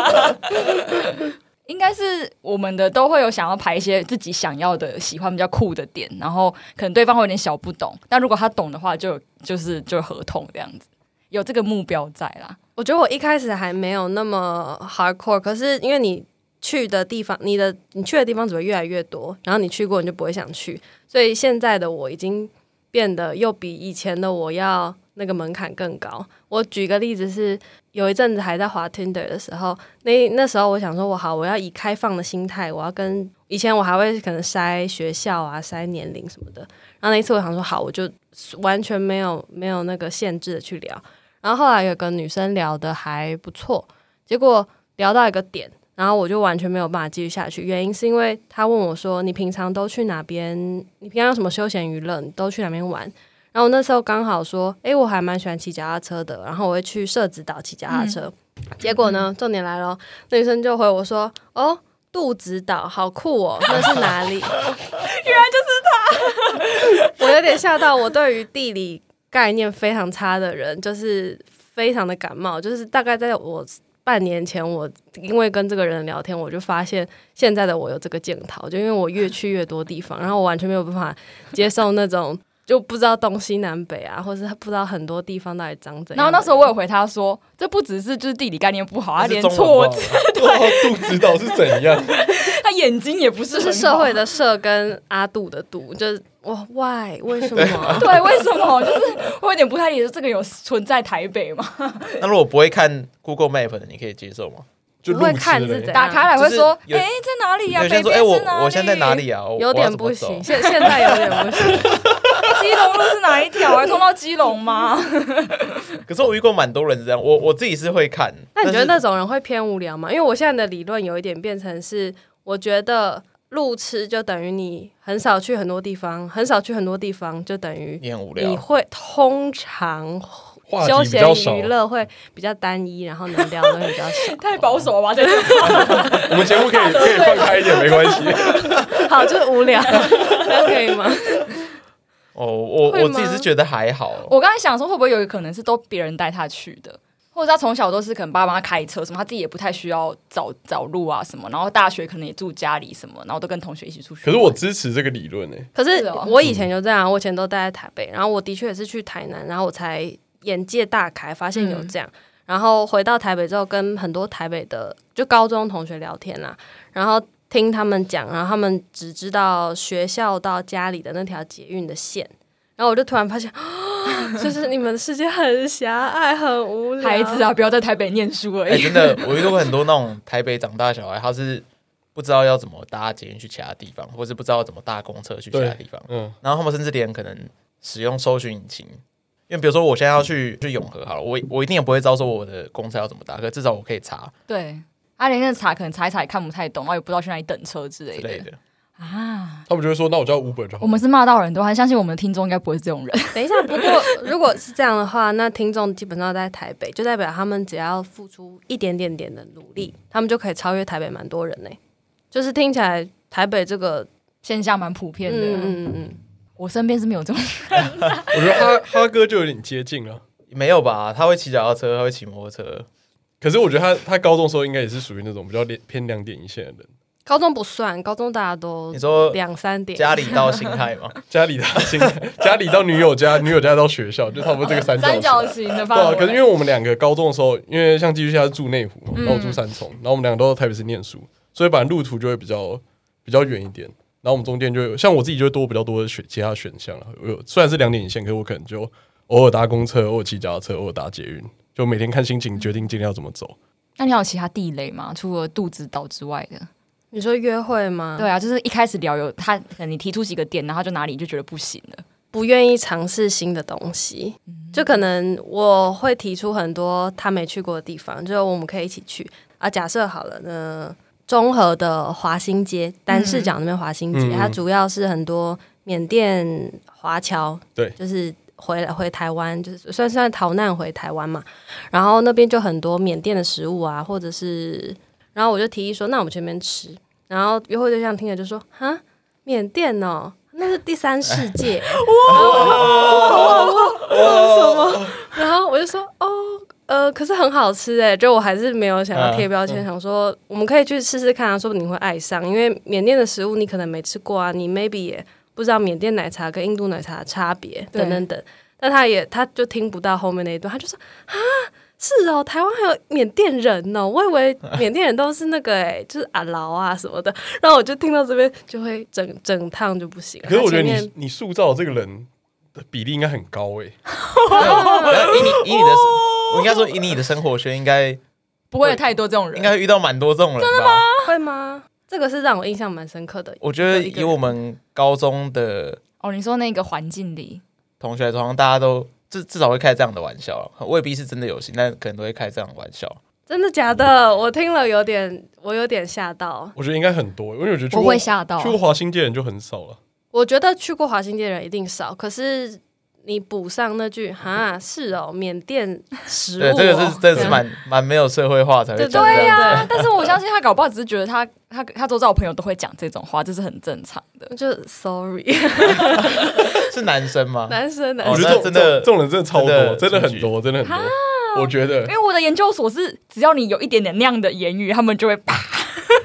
[SPEAKER 3] 应该是我们的都会有想要排一些自己想要的、喜欢比较酷的点，然后可能对方会有点小不懂，但如果他懂的话就，就是就合同这样子，有这个目标在啦。
[SPEAKER 4] 我觉得我一开始还没有那么 hardcore，可是因为你去的地方，你的你去的地方只会越来越多，然后你去过你就不会想去，所以现在的我已经变得又比以前的我要那个门槛更高。我举个例子是，有一阵子还在滑 Tinder 的时候，那 那时候我想说，我好，我要以开放的心态，我要跟以前我还会可能筛学校啊、筛年龄什么的，然后那一次我想说，好，我就完全没有没有那个限制的去聊。然后后来有个女生聊的还不错，结果聊到一个点，然后我就完全没有办法继续下去。原因是因为她问我说：“你平常都去哪边？你平常有什么休闲娱乐？你都去哪边玩？”然后我那时候刚好说：“诶，我还蛮喜欢骑脚踏车的，然后我会去社子岛骑脚踏车。结果
[SPEAKER 3] 嗯
[SPEAKER 4] 呢，重点来了，哦那女生就回我说：“哦。”杜子岛好酷哦，那是哪 里？原来就是 他，我有点吓到。我对于地理概念非常差的人，就是非常的感冒。就是大概在我半年前，我因为跟这个人聊天，我就发现现在的我有这个检讨，就因为我越去越多地方，然后我完全没有办法接受那种就不知道东西南北啊，或是不知道很多地方到底长怎样的人。
[SPEAKER 3] 然后那时候我有回他说，这不只是就是地理概念不好，他
[SPEAKER 1] 他
[SPEAKER 3] 连
[SPEAKER 1] 是中文不好
[SPEAKER 3] 错字，
[SPEAKER 2] 哇，肚子岛是怎样？
[SPEAKER 3] 他眼睛也不是
[SPEAKER 4] 这
[SPEAKER 3] 很
[SPEAKER 4] 是
[SPEAKER 3] 好
[SPEAKER 4] 社会的社跟阿杜的杜，就是哇 why 为什么？
[SPEAKER 3] 对，为什么？就是我有点不太理解，这个有存在台北吗？
[SPEAKER 1] 那如果不会看 Google Map 的，你可以接受吗？
[SPEAKER 2] 就
[SPEAKER 4] 不
[SPEAKER 2] 路
[SPEAKER 4] 会
[SPEAKER 2] 痴
[SPEAKER 4] 看
[SPEAKER 2] 的
[SPEAKER 4] 是
[SPEAKER 2] 嘞
[SPEAKER 4] 怎。
[SPEAKER 3] 打
[SPEAKER 4] 样？
[SPEAKER 3] 开来会说，
[SPEAKER 1] 就是有
[SPEAKER 3] 哎、在哪里呀、
[SPEAKER 1] 有些
[SPEAKER 3] 北
[SPEAKER 1] 人说，
[SPEAKER 3] 边
[SPEAKER 1] 哎，
[SPEAKER 3] 是
[SPEAKER 1] 我
[SPEAKER 3] 哪
[SPEAKER 1] 我现在在哪？里啊？我
[SPEAKER 4] 有点不行，现现在有点不行。
[SPEAKER 3] 基隆路是哪一条啊？通到基隆吗？。
[SPEAKER 1] 我要怎么走可是我遇过蛮多人是这样，我我自己是会看。
[SPEAKER 4] 那你觉得那
[SPEAKER 1] 但是
[SPEAKER 4] 种人会偏无聊吗？因为我现在的理论有一点变成是，我觉得路痴就等于你很少去很多地方，很少去很多地方就等于
[SPEAKER 1] 你很无
[SPEAKER 4] 你
[SPEAKER 1] 聊？
[SPEAKER 4] 会通常
[SPEAKER 2] 话
[SPEAKER 4] 休
[SPEAKER 2] 题比较
[SPEAKER 4] 闲
[SPEAKER 2] 少啊
[SPEAKER 4] 娱，乐会比较单一，然后能聊的东西比较少
[SPEAKER 3] 太保守了吧？这
[SPEAKER 2] 我们节目可以可以放开一点，没关系。
[SPEAKER 4] 好，就是无聊， 这样可以吗？
[SPEAKER 1] 哦，我
[SPEAKER 4] 会吗
[SPEAKER 1] 我自己是觉得还好。
[SPEAKER 3] 我刚才想说，会不会有可能是都别人带他去的，或者他从小都是可能爸妈开车什么，他自己也不太需要找找路啊什么，然后大学可能也住家里什么，然后都跟同学一起出去。
[SPEAKER 2] 可是我支持这个理论诶、欸
[SPEAKER 4] 可是
[SPEAKER 3] 是哦
[SPEAKER 4] 我以前就这样，我以前都待在台北，然后我的确也是去台南，然后我才眼界大开，发现有这样。然后回到台北之后，跟很多台北的就高中同学聊天啦，然后听他们讲，然后他们只知道学校到家里的那条捷运的线，然后我就突然发现， 就是你们的世界很狭隘，很无聊。
[SPEAKER 3] 孩子啊，不要在台北念书而
[SPEAKER 1] 哎，
[SPEAKER 3] 已。
[SPEAKER 1] 真的，我遇到过很多那种台北长大的小孩，他是不知道要怎么搭捷运去其他地方，或是不知道怎么搭公车去其他地方。
[SPEAKER 2] 嗯，
[SPEAKER 1] 然后他们甚至连可能使用搜寻引擎，因为比如说我现在要去去永和好了，我我一定也不会知道说我的公车要怎么搭，可至少我可以查
[SPEAKER 3] 对，他连那查可能查一查也看不太懂，然后也啊不知道去哪里等车之类
[SPEAKER 1] 之
[SPEAKER 3] 的
[SPEAKER 1] 类的。
[SPEAKER 3] 啊。
[SPEAKER 2] 他们就会说，那我叫 Uber 就好
[SPEAKER 3] 我。们是骂到人都，还相信我们的听众应该不会是这种人。
[SPEAKER 4] 等一下，不过 如果是这样的话，那听众基本上都在台北，就代表他们只要付出一点点点的努力，他们就可以超越台北蛮多人呢、就是听起来台北这个，
[SPEAKER 3] 现象蛮普遍
[SPEAKER 4] 嗯
[SPEAKER 3] 的。
[SPEAKER 4] 嗯嗯，
[SPEAKER 3] 我身边是没有这种，
[SPEAKER 2] 我觉得哈哈哥就有点接近了。
[SPEAKER 1] 没有吧？他会骑脚踏车，他会骑摩托车，
[SPEAKER 2] 可是我觉得他他高中的时候应该也是属于那种比较偏偏两点一线的人，
[SPEAKER 4] 高中不算，高中大家都
[SPEAKER 1] 你说
[SPEAKER 4] 两三点，
[SPEAKER 1] 家里到心态 吗？
[SPEAKER 2] 家里到 家里到女友家，女友家到学校，就差不多这个三角
[SPEAKER 3] 三
[SPEAKER 2] 形。
[SPEAKER 3] 角形的
[SPEAKER 2] 对啊，
[SPEAKER 3] 范
[SPEAKER 2] 可是因为
[SPEAKER 3] 围。
[SPEAKER 2] 我们两个高中的时候，因为像寄居蟹他是住内湖嘛，然后我住三重，然后我们两个都在台北市念书，所以本来路途就会比较比较远一点。然后我们中间就有像我自己就会多比较多的选其他选项了。我有虽然是两点一线，可是我可能就偶尔搭公车，偶尔骑脚踏车，偶尔搭捷运，就每天看心情决定今天要怎么走。
[SPEAKER 3] 那你还有其他地雷吗？除了肚子岛之外的？
[SPEAKER 4] 你说约会吗？
[SPEAKER 3] 对，啊，就是一开始聊有他，可能你提出几个点，然后他就哪里就觉得不行了。
[SPEAKER 4] 不愿意尝试新的东西，就可能我会提出很多他没去过的地方，就我们可以一起去啊。假设好了呢，综合的华新街单市角那边华新街，
[SPEAKER 2] 嗯嗯
[SPEAKER 4] 它主要是很多缅甸华侨，
[SPEAKER 2] 对
[SPEAKER 4] 就是回来回台湾，就是算算逃难回台湾嘛。然后那边就很多缅甸的食物啊，或者是，然后我就提议说，那我们去那边吃。然后约会对象听了就说，哈，缅甸哦。那是第三世界，然后我就说哦，呃，可是很好吃哎，就我还是没有想要贴标签，想说我们可以去试试看啊，说不定你会爱上，因为缅甸的食物你可能没吃过啊，你 maybe 也不知道缅甸奶茶跟印度奶茶的差别
[SPEAKER 3] 对
[SPEAKER 4] 等等等。但他也他就听不到后面那一段，他就说啊。是哦，台湾还有缅甸人哦，我以为缅甸人都是那个哎， 就是阿劳啊什么的。然后我就听到这边就会整整趟就不行了。
[SPEAKER 2] 可是我觉得
[SPEAKER 4] 他前面
[SPEAKER 2] 你你塑造嗯这个人的比例应该很高欸诶、
[SPEAKER 1] 然后以你以你的，我应该说以你的生活圈，应该
[SPEAKER 3] 不会有太多这种人，
[SPEAKER 1] 应该遇到蛮多这种人吧？
[SPEAKER 4] 啊会吗？这个是让我印象蛮深刻的。
[SPEAKER 1] 我觉得以我们高中的
[SPEAKER 3] 哦，你说那个环境里，
[SPEAKER 1] 同学来说，好像大家都至至少会开这样的玩笑，啊未必是真的有心，但可能都会开这样的玩笑。
[SPEAKER 4] 真的假的？我听了有点，我有点吓到。
[SPEAKER 2] 我觉得应该很多、因为我觉得去
[SPEAKER 3] 我
[SPEAKER 2] 过
[SPEAKER 3] 会吓到
[SPEAKER 2] 去。过华新街的人就很少了。
[SPEAKER 4] 我觉得去过华新街的人一定少，可是你补上那句“哈，是哦，缅甸食物、
[SPEAKER 1] 对，
[SPEAKER 4] 哦”，
[SPEAKER 1] 这个是真的是蛮蛮没有社会化才会讲这
[SPEAKER 3] 对
[SPEAKER 1] 样。
[SPEAKER 3] 呀、但是我相信他搞不好只是觉得他他他周遭的朋友都会讲这种话，这是很正常的。
[SPEAKER 4] 就 sorry，
[SPEAKER 1] 是男生吗？
[SPEAKER 4] 男生男
[SPEAKER 1] 哦
[SPEAKER 2] 我
[SPEAKER 4] 生
[SPEAKER 2] 觉
[SPEAKER 1] 那
[SPEAKER 2] 得这种
[SPEAKER 1] 真的
[SPEAKER 2] 这种这种人真的超多，真
[SPEAKER 1] 真
[SPEAKER 2] 的
[SPEAKER 1] 的
[SPEAKER 2] 很多，真的很多。我觉得
[SPEAKER 3] 因为我的研究所是，只要你有一点点那样的言语，他们就会啪。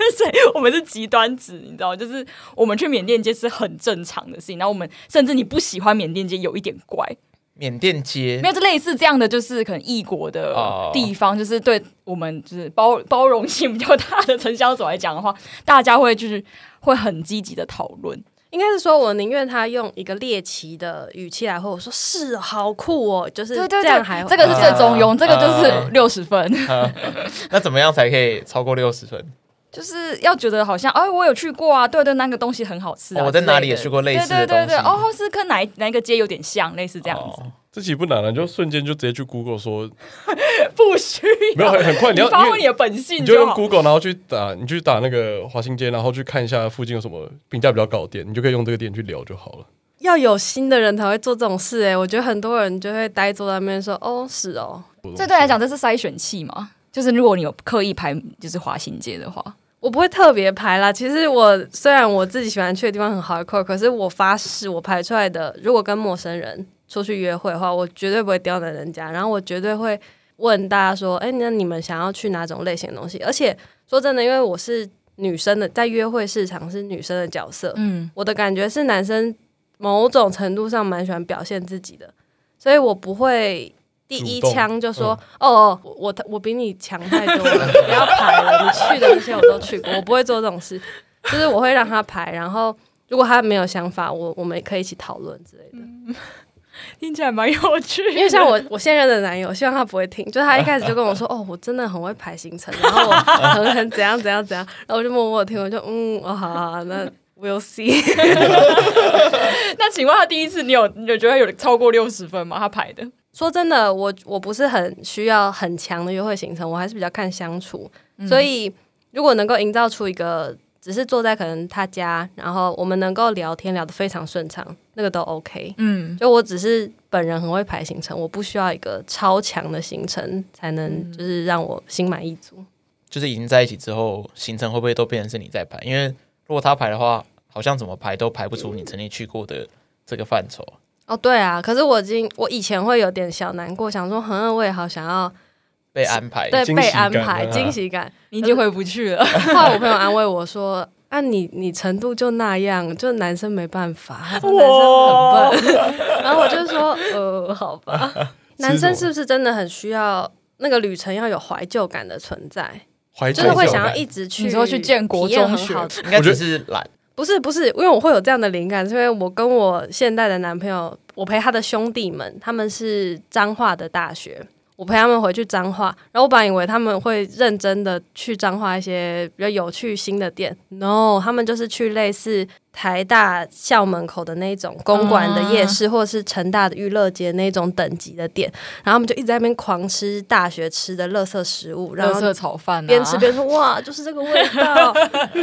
[SPEAKER 3] 所以我们是极端值，你知道吗，就是我们去缅甸街是很正常的事情。然后我们甚至你不喜欢缅甸街，有一点怪，
[SPEAKER 1] 嗯缅甸街
[SPEAKER 3] 没有，就类似这样的，就是可能异国的
[SPEAKER 1] 哦
[SPEAKER 3] 地方，就是对我们就是包包容性比较大的城乡所来讲的话， 大家会就是会很积极的讨论。
[SPEAKER 4] 应该是说，我宁愿他用一个猎奇的语气来回我说“是哦，好酷哦”，就是这样还
[SPEAKER 3] 这个是最中庸，
[SPEAKER 1] 啊
[SPEAKER 3] 这个就是六十分，
[SPEAKER 1] 那怎么样才可以超过六十分？
[SPEAKER 3] 就是要觉得好像哎，我有去过啊，对对，那个东西很好吃啊、
[SPEAKER 1] 哦我在哪里
[SPEAKER 3] 之类的
[SPEAKER 1] 也去过类似
[SPEAKER 3] 对
[SPEAKER 1] 的
[SPEAKER 3] 对对对，
[SPEAKER 1] 东西
[SPEAKER 3] 哦，是跟哪一哪一个街有点像，类似这样子，
[SPEAKER 1] 哦
[SPEAKER 2] 这题不难了，你就瞬间就直接去 Google 说，
[SPEAKER 3] 不需
[SPEAKER 2] 没有
[SPEAKER 3] 要，
[SPEAKER 2] 很很快，你要
[SPEAKER 3] 发
[SPEAKER 2] 因
[SPEAKER 3] 挥
[SPEAKER 2] 为
[SPEAKER 3] 你的本性
[SPEAKER 2] 你就用
[SPEAKER 3] 好。
[SPEAKER 2] Google，然后去打，你去打那个华新街，然后去看一下附近有什么评价比较高的店，你就可以用这个店去聊就好了。
[SPEAKER 4] 要有心的人才会做这种事、哎，我觉得很多人就会呆坐在那边说“哦，是哦”，
[SPEAKER 3] 这对来讲，这是筛选器嘛？就是如果你有刻意排就是华新街的话，
[SPEAKER 4] 我不会特别排啦。其实我虽然我自己喜欢去的地方很 hardcore，可是我发誓，我排出来的如果跟陌生人出去约会的话，我绝对不会刁难人家，然后我绝对会问大家说：“哎、那你们想要去哪种类型的东西？”而且说真的，因为我是女生的，在约会市场是女生的角色，
[SPEAKER 3] 嗯，
[SPEAKER 4] 我的感觉是男生某种程度上蛮喜欢表现自己的，所以我不会。第一
[SPEAKER 2] 主动嗯
[SPEAKER 4] 枪就说：“哦，我我我比你强太多了，不要排了。你去的那些我都去过，我不会做这种事。就是我会让他排，然后如果他没有想法，我我们可以一起讨论之类的。
[SPEAKER 3] 听起来蛮有趣的。
[SPEAKER 4] 因为像我我现任的男友，希望他不会听，就是他一开始就跟我说：“哦，我真的很会排行程，然后我很很怎样怎样怎样。”然后我就默默地听，我就嗯，哦，好好好，那 we'll see。
[SPEAKER 3] 那请问他第一次你有你有觉得有超过六十分吗？他排的
[SPEAKER 4] 说真的，我我不是很需要很强的约会行程，我还是比较看相处。所以如果能够营造出一个只是坐在可能他家，然后我们能够聊天聊得非常顺畅，那个都 OK。
[SPEAKER 3] 嗯，
[SPEAKER 4] 就我只是本人很会排行程，我不需要一个超强的行程才能就是让我心满意足。
[SPEAKER 1] 就是已经在一起之后，行程会不会都变成是你在排？因为如果他排的话，好像怎么排都排不出你曾经去过的这个范畴。
[SPEAKER 4] 哦，对啊，可是我已经我以前会有点小难过，想说，哼，我也好想要
[SPEAKER 1] 被安排，
[SPEAKER 4] 对，
[SPEAKER 2] 惊
[SPEAKER 4] 被
[SPEAKER 2] 喜
[SPEAKER 4] 安
[SPEAKER 2] 感
[SPEAKER 4] 排
[SPEAKER 2] 啊
[SPEAKER 4] 惊喜感。
[SPEAKER 3] 你已经回不去 了。
[SPEAKER 4] 后来我朋友安慰我说：“啊你，你程度就那样，就男生没办法，他说男生很笨。”然后我就说：“呃，好吧，男生是不是真的很需要那个旅程要有怀旧感的存在？
[SPEAKER 2] 怀旧
[SPEAKER 4] 就是会
[SPEAKER 2] 感
[SPEAKER 4] 想要一直去，
[SPEAKER 3] 你说去建国中学
[SPEAKER 1] 应该
[SPEAKER 2] 我
[SPEAKER 1] 只
[SPEAKER 2] 觉得
[SPEAKER 1] 是懒，
[SPEAKER 4] 不是不是，因为我会有这样的灵感，是因为我跟我现在的男朋友，我陪他的兄弟们，他们是彰化的大学，我陪他们回去彰化，然后我本来以为他们会认真的去彰化一些比较有趣新的店，no，他们就是去类似台大校门口的那种公馆的夜市，或者是成大的娱乐街那种等级的店，然后他们就一直在那边狂吃大学吃的垃圾食物，然
[SPEAKER 3] 热
[SPEAKER 4] 后
[SPEAKER 3] 色炒饭、啊，
[SPEAKER 4] 边吃 边说哇，就是这个味 道。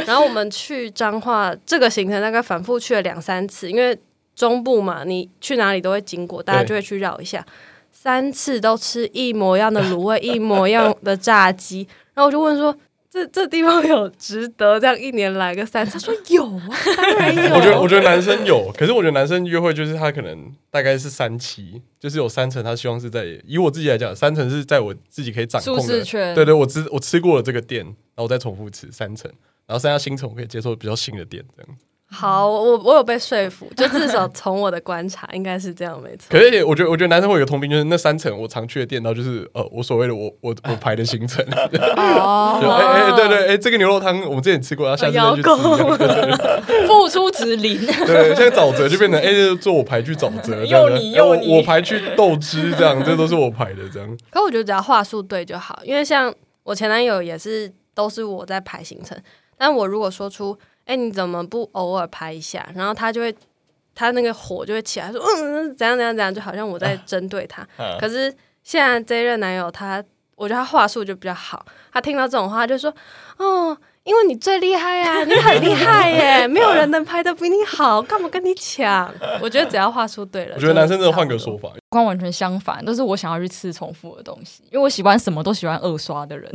[SPEAKER 4] 然后我们去彰化这个行程大概反复去了两三次，因为中部嘛，你去哪里都会经过，大家
[SPEAKER 2] 对
[SPEAKER 4] 就会去绕一下。三次都吃一模一样的卤味，一模一样的炸鸡。然后我就问说。这这地方有值得这样一年来个三次？他说有啊，当然
[SPEAKER 3] 哎
[SPEAKER 4] 有。
[SPEAKER 2] 我觉得，我觉得男生有，可是我觉得男生约会就是他可能大概是三期，就是有三成他希望是在以我自己来讲，三成是在我自己可以掌控
[SPEAKER 3] 舒
[SPEAKER 2] 的
[SPEAKER 3] 适圈
[SPEAKER 2] 对对，我吃我吃过了这个店，然后我再重复吃三成，然后剩下新成我可以接受比较新的店这样子。
[SPEAKER 4] 好，我我有被说服，就至少从我的观察应该是这样，没错。
[SPEAKER 2] 可是我觉得，我觉得男生会有个通病，就是那三层我常去的店，然后就是呃，我所谓的我我我排的行 程，就
[SPEAKER 3] 哦，
[SPEAKER 2] 哎哎、对对哎、这个牛肉汤我们之前吃过，然后下次再去吃
[SPEAKER 4] 有够
[SPEAKER 2] 这样。
[SPEAKER 3] 付出值零，
[SPEAKER 2] 对，像沼泽就变成哎、做我排去沼泽，这样
[SPEAKER 3] 又你又
[SPEAKER 2] 哎
[SPEAKER 3] 你
[SPEAKER 2] 我我排去豆汁这样，这都是我排的这样。
[SPEAKER 4] 可我觉得只要话术对就好，因为像我前男友也是都是我在排行程，但我如果说出“哎、你怎么不偶尔排一下”，然后他就会他那个火就会起来说“嗯，怎样怎样怎样”，就好像我在针对他。
[SPEAKER 1] 嗯
[SPEAKER 4] 可是现在这一任男友他，我觉得他话术就比较好，他听到这种话他就说：“哦。”因为你最厉害啊，你很厉害耶，没有人能拍的比你好，干嘛跟你抢？我觉得只要话术对了，
[SPEAKER 2] 我觉得男生真的换个
[SPEAKER 4] 法。
[SPEAKER 2] 说法，
[SPEAKER 3] 光完全相反，都是我想要去吃重复的东西，因为我喜欢什么都喜欢二刷的人，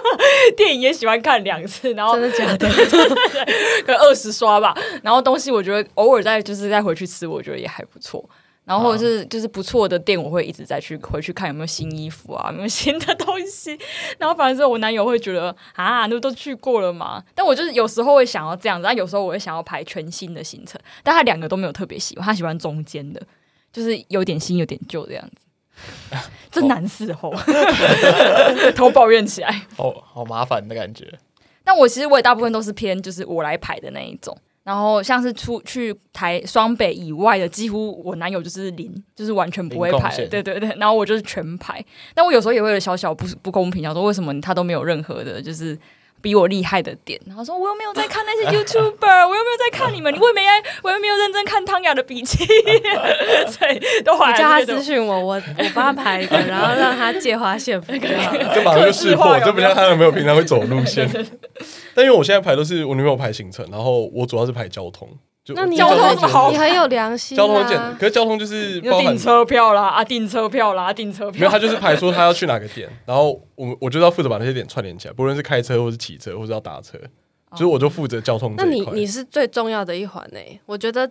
[SPEAKER 3] 电影也喜欢看两次，然后
[SPEAKER 4] 真的假 的？
[SPEAKER 3] 可能二十刷吧。然后东西我觉得偶尔再就是再回去吃，我觉得也还不错。然后或者是、就是不错的店，我会一直再去回去看有没有新衣服啊，有没有新的东西。然后反正我男友会觉得啊，那都去过了嘛。但我就是有时候会想要这样子，啊但有时候我会想要排全新的行程。但他两个都没有特别喜欢，他喜欢中间的，就是有点新有点旧这样子。 真难伺候， 偷抱怨起来。
[SPEAKER 1] 好好麻烦的感觉。
[SPEAKER 3] 但我其实我也大部分都是偏就是我来排的那一种。然后像是出去台双北以外的，几乎我男友就是零，就是完全不会
[SPEAKER 1] 零贡
[SPEAKER 3] 排，
[SPEAKER 1] 献
[SPEAKER 3] 对对对。然后我就是全排，但我有时候也会有小小不不公平，想说为什么他都没有任何的，就是比我厉害的点。然后说我又没有在看那 些 YouTuber，我又没有在看你们，你为没我又没有认真看汤雅的笔记， 所以都怀
[SPEAKER 4] 我
[SPEAKER 2] 哎
[SPEAKER 3] 来
[SPEAKER 4] 叫他
[SPEAKER 3] 这个
[SPEAKER 4] 私讯我，我我帮他排一个，然 后让他借花献佛就好了。
[SPEAKER 2] 这马上就识破，
[SPEAKER 3] 克制化有没有
[SPEAKER 2] 这不像他有没有平常会走路线。 但因为我现在排都是我女朋友排行程，然后我主要是排交通。就
[SPEAKER 4] 那你
[SPEAKER 3] 交通有什么好
[SPEAKER 4] 你很有良心、啊，
[SPEAKER 2] 交通很简单，可是交通就是
[SPEAKER 3] 就
[SPEAKER 2] 包含
[SPEAKER 3] 订车票啦啊，订车票啦，订车票，
[SPEAKER 2] 没有，他就是排说他要去哪个点，然后我我就要负责把那些点串联起来，不论是开车或是骑车或是要打车，就是我就负责交通
[SPEAKER 4] 那
[SPEAKER 2] 这一
[SPEAKER 4] 你
[SPEAKER 2] 块。
[SPEAKER 4] 你是最重要的一环呢、我觉得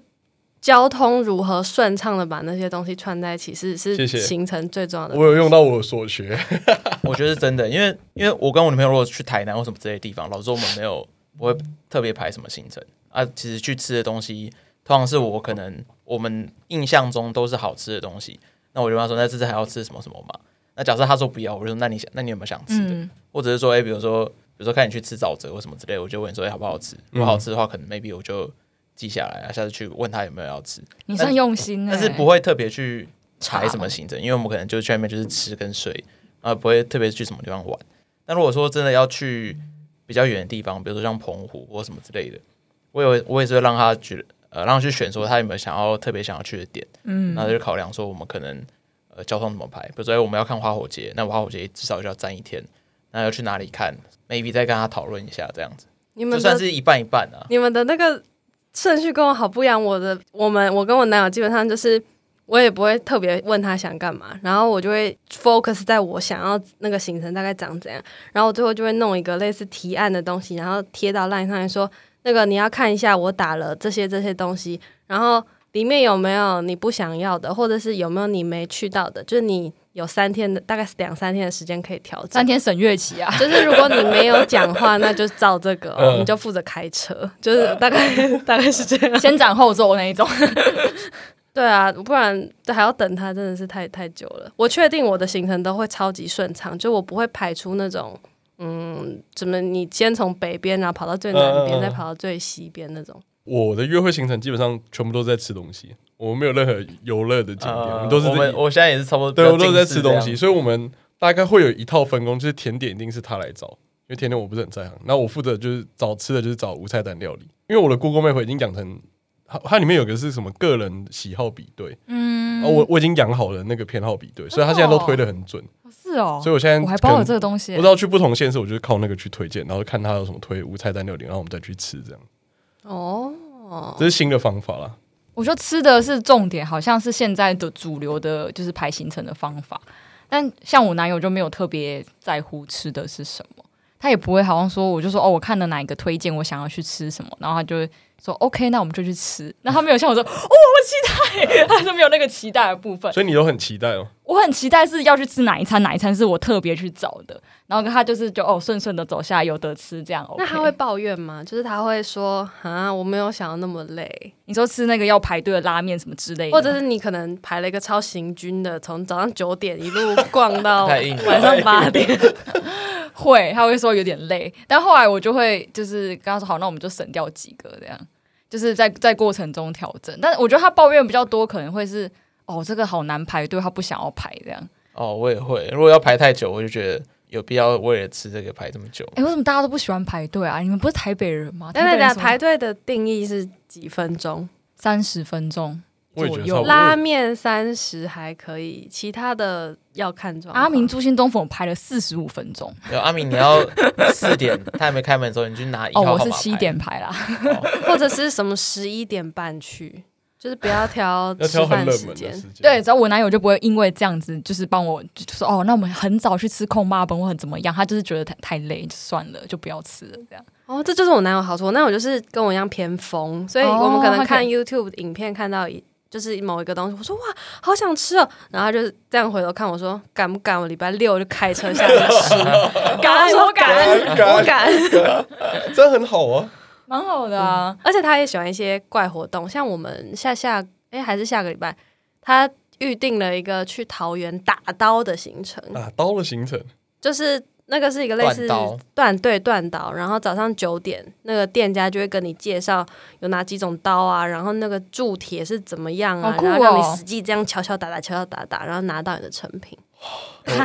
[SPEAKER 4] 交通如何顺畅的把那些东西串在一起，是是
[SPEAKER 2] 谢谢
[SPEAKER 4] 形成最重要的。
[SPEAKER 2] 我有用到我所学，
[SPEAKER 1] 我觉得是真的，因为因为我跟我女朋友如果去台南或什么之类的地方，老实说我们没有不会特别排什么行程啊。其实去吃的东西，通常是我可能我们印象中都是好吃的东西，那我就跟她说，那这次还要吃什么什么嘛？那假设她说不要，我就说那你想，那你有没有想吃的？
[SPEAKER 3] 嗯
[SPEAKER 1] 或者是说，哎、比如说比如说看你去吃沼泽或什么之类的，我就问你说，哎、好不好吃？如果好吃的话，可能 maybe 我就记下来啊，下次去问她有没有要吃。
[SPEAKER 3] 你真用心、欸，
[SPEAKER 1] 但是不会特别去
[SPEAKER 3] 查
[SPEAKER 1] 排什么行程，因为我们可能就是去那边就是吃跟睡，啊，不会特别去什么地方玩。但如果说真的要去比较远的地方，比如说像澎湖或什么之类的，我也会我也是会让他觉得呃，让他去选说他有没有想要特别想要去的点，嗯，然后就考量说我们可能呃交通怎么排，比如说、哎我们要看花火节，那花火节至少就要站一天，那要去哪里看？maybe 再跟他讨论一下这样子，
[SPEAKER 4] 你
[SPEAKER 1] 就
[SPEAKER 4] 们
[SPEAKER 1] 算
[SPEAKER 4] 的
[SPEAKER 1] 是一半一半啊。
[SPEAKER 4] 你们的那个顺序跟我好不一样。我的我们我跟我男友基本上就是。我也不会特别问他想干嘛，然后我就会 focus 在我想要那个行程大概长怎样，然后我最后就会弄一个类似提案的东西，然后贴到 LINE 上面说，那个你要看一下我打了这些这些东西，然后里面有没有你不想要的，或者是有没有你没去到的，就是你有三天的，大概是两三天的时间可以调整
[SPEAKER 3] 三。天审阅期啊，
[SPEAKER 4] 就是如果你没有讲话，那就照这个、哦，
[SPEAKER 2] 嗯
[SPEAKER 4] 你就负责开车，就是大概大概是这样。
[SPEAKER 3] 先斩后奏那一种。
[SPEAKER 4] 对啊，不然还要等他，真的是太太久了。我确定我的行程都会超级顺畅，就我不会排出那种，嗯，怎么你先从北边，然后跑到最南边，
[SPEAKER 2] 嗯嗯嗯
[SPEAKER 4] 再跑到最西边那种。
[SPEAKER 2] 我的约会行程基本上全部都是在吃东西，我们没有任何游乐的景点，我们都是
[SPEAKER 1] 呃我
[SPEAKER 2] 在
[SPEAKER 1] 们我现在也是差不多，
[SPEAKER 2] 对，我们都是在吃东西，。所以我们大概会有一套分工，就是甜点一定是他来找，因为甜点我不是很在行。那我负责就是找吃的，就是找无菜单料理，因为我的 Google Map 已经养成。它它里面有个是什么个人喜好比对，
[SPEAKER 3] 嗯
[SPEAKER 2] 啊，我我已经养好了那个偏好比对，所以它现在都推的很准，
[SPEAKER 3] 是哦，
[SPEAKER 2] 所以我现在
[SPEAKER 3] 我还
[SPEAKER 2] 可
[SPEAKER 3] 包
[SPEAKER 2] 能
[SPEAKER 3] 有这个东西
[SPEAKER 2] 我知。道去不同县市，我就是靠那个去推荐，然后看他有什么推无菜单料理，然后我们再去吃，这样
[SPEAKER 4] 哦，
[SPEAKER 2] 这是新的方法啦。
[SPEAKER 3] 我说吃的是重点，好像是现在的主流的，就是排行程的方法。但像我男友就没有特别在乎吃的是什么，他也不会好像说，我就说哦，我看了哪一个推荐，我想要去吃什么，然后他就会说 OK，那我们就去吃。那他没有像我说哦，我期待， 他就没有那个期待的部分。
[SPEAKER 2] 所以你都很期待哦，
[SPEAKER 3] 我很期待是要去吃哪一餐，哪一餐是我特别去找的。然后他就是就哦，顺顺的走下来，有得吃这样。
[SPEAKER 4] 那
[SPEAKER 3] OK
[SPEAKER 4] 他会抱怨吗？就是他会说啊，我没有想要那么累，
[SPEAKER 3] 你说吃那个要排队的拉面什么之类的吗，
[SPEAKER 4] 或者是你可能排了一个超行军的，从早上九点一路逛到
[SPEAKER 1] 太硬了
[SPEAKER 4] 晚上八点。
[SPEAKER 3] 会，他会说有点累，但后来我就会就是跟他说好，那我们就省掉几个这样，就是在在过程中调整。但我觉得他抱怨比较多，可能会是哦这个好难排队，他不想要排这样。
[SPEAKER 1] 哦，我也会，如果要排太久，我就觉得有必要为了吃这个排这么久。
[SPEAKER 3] 哎，为什么大家都不喜欢排队啊？你们不是台北人吗？
[SPEAKER 4] 等等等，排
[SPEAKER 3] 排
[SPEAKER 4] 队的定义是几分钟？
[SPEAKER 3] 三十分钟
[SPEAKER 2] 哦我也觉
[SPEAKER 3] 左
[SPEAKER 2] 得
[SPEAKER 3] 右
[SPEAKER 2] 差不多
[SPEAKER 4] 拉面三十还可以，其他的要看状况。
[SPEAKER 3] 阿啊明、朱新东粉排了四十五分钟，
[SPEAKER 1] 有阿明，你要四点他还没开门的时候，你去拿一
[SPEAKER 3] 哦，
[SPEAKER 1] 号
[SPEAKER 3] 我
[SPEAKER 1] 号
[SPEAKER 3] 是
[SPEAKER 1] 码牌
[SPEAKER 3] 七点排啦。
[SPEAKER 4] 或者是什么十一点半去，就是不要挑
[SPEAKER 2] 要
[SPEAKER 4] 吃
[SPEAKER 2] 挑很
[SPEAKER 4] 饭
[SPEAKER 2] 冷
[SPEAKER 4] 时
[SPEAKER 2] 门的
[SPEAKER 4] 间
[SPEAKER 2] 时。间。
[SPEAKER 3] 对，只要我男友就不会因为这样子，就是帮我就说哦，那我们很早去吃控霸本或很怎么样，他就是觉得太太累，就算了，就不要吃了 这样。
[SPEAKER 4] 哦，这就是我男友好处。我男友就是跟我一样偏疯，所以
[SPEAKER 3] 哦
[SPEAKER 4] 我们可能
[SPEAKER 3] 他
[SPEAKER 4] 看
[SPEAKER 3] 可
[SPEAKER 4] YouTube 影片看到一。就是某一个东西，我说哇，好想吃哦，然后他就是这样回头看我说，敢不敢？我礼拜六就开车下去吃，
[SPEAKER 3] 敢
[SPEAKER 1] 哦
[SPEAKER 3] 我敢，
[SPEAKER 4] 我敢。
[SPEAKER 2] 这很好啊，
[SPEAKER 3] 蛮好的啊。
[SPEAKER 4] 而且他也喜欢一些怪活动，像我们下下哎、还是下个礼拜，他预定了一个去桃园打刀的行程，
[SPEAKER 2] 打啊刀的行程，
[SPEAKER 4] 就是那个是一个类似
[SPEAKER 1] 嗯断刀
[SPEAKER 4] 断对断刀，然后早上九点那个店家就会跟你介绍有哪几种刀啊，然后那个铸铁是怎么样啊，
[SPEAKER 3] 好酷哦
[SPEAKER 4] 然后让你实际这样敲敲打打敲敲打打，然后拿到你的成品。
[SPEAKER 1] 嗯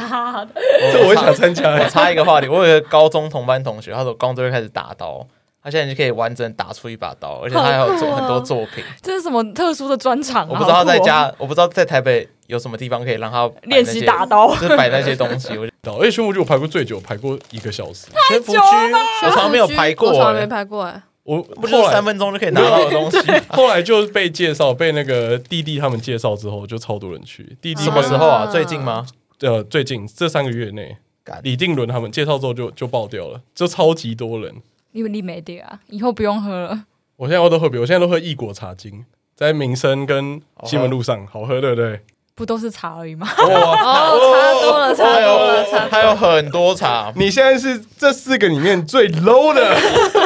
[SPEAKER 2] 这我也想参加
[SPEAKER 1] 我。插一个话题，我有一个高中同班同学，他说高中就开始打刀，他现在就可以完整打出一把刀，而且他还有做
[SPEAKER 4] 好酷哦
[SPEAKER 1] 很多作品。
[SPEAKER 3] 这是什么特殊的专场啊？
[SPEAKER 1] 我不知道他
[SPEAKER 3] 啊好酷哦
[SPEAKER 1] 在家，我不知道在台北有什么地方可以让他摆那些
[SPEAKER 3] 练习打，刀，
[SPEAKER 1] 就是摆那些东西。 我就
[SPEAKER 2] 而且宣布剧我排过最久，排过一个小时。
[SPEAKER 1] 悬浮居，我从来没有
[SPEAKER 4] 居
[SPEAKER 1] 排
[SPEAKER 4] 我从
[SPEAKER 1] 过
[SPEAKER 4] 来没
[SPEAKER 1] 欸，
[SPEAKER 4] 排过哎、
[SPEAKER 2] 我
[SPEAKER 1] 不就是
[SPEAKER 2] 后
[SPEAKER 1] 三
[SPEAKER 2] 来
[SPEAKER 1] 分钟就可以拿到的东 西？
[SPEAKER 3] 啊
[SPEAKER 2] 后来就被介绍，被那个弟弟他们介绍之后，就超多人去。弟弟
[SPEAKER 1] 什
[SPEAKER 2] 跟
[SPEAKER 1] 么时候啊？
[SPEAKER 4] 啊
[SPEAKER 1] 最近吗？
[SPEAKER 2] 呃，最近这三个月内
[SPEAKER 1] 干，
[SPEAKER 2] 李定伦他们介绍之后就就爆掉了，就超级多人。
[SPEAKER 3] 你你没得啊，以后不用喝了。
[SPEAKER 2] 我现在都喝别，我现在都喝异国茶精，在民生跟西门路上，好喝对不对？
[SPEAKER 3] 不都是茶而已吗？
[SPEAKER 2] 哇！
[SPEAKER 4] 哦，差多了，差多了，差多了。
[SPEAKER 1] 还有很多茶，
[SPEAKER 2] 你现在是这四个里面最 low 的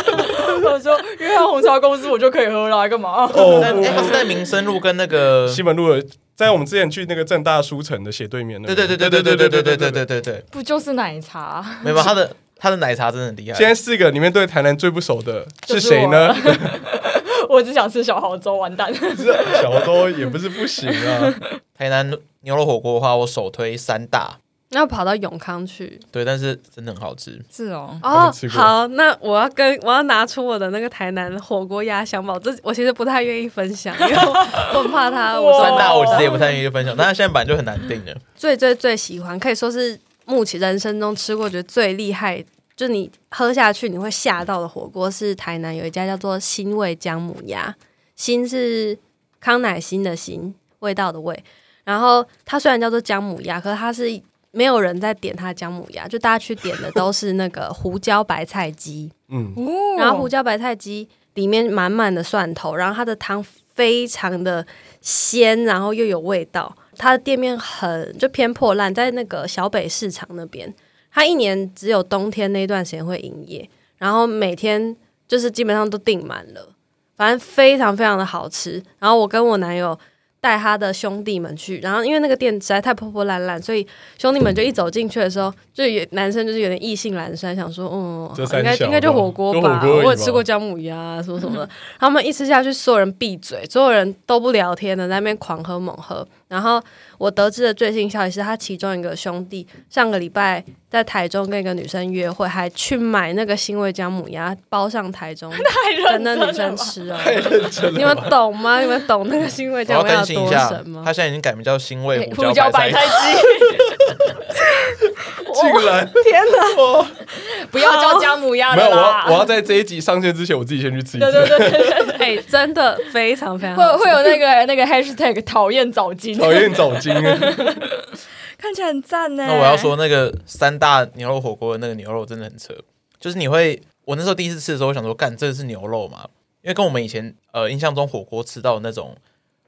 [SPEAKER 3] 我说约翰红茶公司我就可以喝了，啊干嘛？
[SPEAKER 1] 但
[SPEAKER 2] 哦
[SPEAKER 1] 哎，他是在民生路跟那个，
[SPEAKER 2] 西门路的，在我们之前去那个正大书城的斜对面那
[SPEAKER 1] 对
[SPEAKER 2] 个。
[SPEAKER 1] 对对对对对对对对对对对对，
[SPEAKER 3] 不就是奶茶？啊
[SPEAKER 1] 没有他的他的奶茶真的很厉害
[SPEAKER 2] 现。在四个里面对台南最不熟的
[SPEAKER 3] 就是是
[SPEAKER 2] 谁呢？
[SPEAKER 3] 我只想吃小豪粥，完蛋。
[SPEAKER 1] 啊
[SPEAKER 2] 小周也不是不行啊，
[SPEAKER 1] 台南牛肉火锅的话，我首推三大，
[SPEAKER 4] 那跑到永康去
[SPEAKER 1] 对，但是真的很好吃。
[SPEAKER 3] 是哦，
[SPEAKER 2] 没
[SPEAKER 4] 哦
[SPEAKER 2] 吃，过
[SPEAKER 4] 好，那我要跟我要拿出我的那个台南火锅鸭香堡，这我其实不太愿意分享，因为我很怕它。我
[SPEAKER 3] 哇
[SPEAKER 1] 三大我其实也不太愿意分享，但是现在版就很难定了。
[SPEAKER 4] 最最最喜欢，可以说是目前人生中吃过觉得最厉害，就你喝下去你会吓到的火锅是台南有一家叫做新味姜母鸭，新是康乃馨的馨，味道的味。然后它虽然叫做姜母鸭，可是它是没有人在点它的姜母鸭，就大家去点的都是那个胡椒白菜鸡。
[SPEAKER 2] 嗯，
[SPEAKER 3] 哦
[SPEAKER 4] 然后胡椒白菜鸡里面满满的蒜头，然后它的汤非常的鲜，然后又有味道。它的店面很就偏破烂，在那个小北市场那边，它一年只有冬天那段时间会营业，然后每天就是基本上都订满了，反正非常非常的好吃。然后我跟我男友带他的兄弟们去，然后因为那个店实在太破破烂烂，所以兄弟们就一走进去的时候，就有男生就是有点意兴阑珊，想说，嗯，
[SPEAKER 2] 这三
[SPEAKER 4] 应该
[SPEAKER 2] 小
[SPEAKER 4] 应该就火锅吧，
[SPEAKER 2] 就火锅而已吧
[SPEAKER 4] 我也吃过姜母鸭、啊什么什么的。他们一吃下去，所有人闭嘴，所有人都不聊天的，在那边狂喝猛喝。然后我得知的最新消息是，他其中一个兄弟上个礼拜在台中跟一个女生约会，还去买那个新味姜母鸭包上台中
[SPEAKER 3] 太
[SPEAKER 4] 跟
[SPEAKER 3] 认
[SPEAKER 4] 那
[SPEAKER 3] 真
[SPEAKER 4] 女
[SPEAKER 3] 了吧。
[SPEAKER 4] 生吃哦。
[SPEAKER 2] 太认真
[SPEAKER 4] 你
[SPEAKER 2] 了
[SPEAKER 4] 们
[SPEAKER 2] 吧。
[SPEAKER 4] 懂吗？你们懂那个新味
[SPEAKER 1] 我
[SPEAKER 4] 姜
[SPEAKER 1] 要
[SPEAKER 4] 母鸭
[SPEAKER 1] 更
[SPEAKER 4] 有
[SPEAKER 1] 新一
[SPEAKER 4] 多
[SPEAKER 1] 下
[SPEAKER 4] 神，吗
[SPEAKER 1] 他？现在已经改名叫新味
[SPEAKER 3] 胡椒
[SPEAKER 1] 白
[SPEAKER 3] 白菜
[SPEAKER 1] 菜。
[SPEAKER 3] 鸡，
[SPEAKER 2] 竟然哦
[SPEAKER 4] 天哪！
[SPEAKER 3] 不要叫姜母鸭
[SPEAKER 2] 没
[SPEAKER 3] 了
[SPEAKER 2] 有，我要
[SPEAKER 3] 啦。
[SPEAKER 2] 我要在这一集上线之前，我自己先去吃一
[SPEAKER 3] 对
[SPEAKER 2] 次。
[SPEAKER 3] 对对对，
[SPEAKER 4] 哎、真的非常非常
[SPEAKER 3] 会
[SPEAKER 4] 好吃
[SPEAKER 3] 会有那个那个 hashtag 讨厌早金，
[SPEAKER 2] 讨厌早精，
[SPEAKER 3] 看起来很赞呢。
[SPEAKER 1] 那我要说那个三大牛肉火锅的那个牛肉真的很扯，就是你会，我那时候第一次吃的时候，我想说，干，这是牛肉嘛？因为跟我们以前呃印象中火锅吃到的那种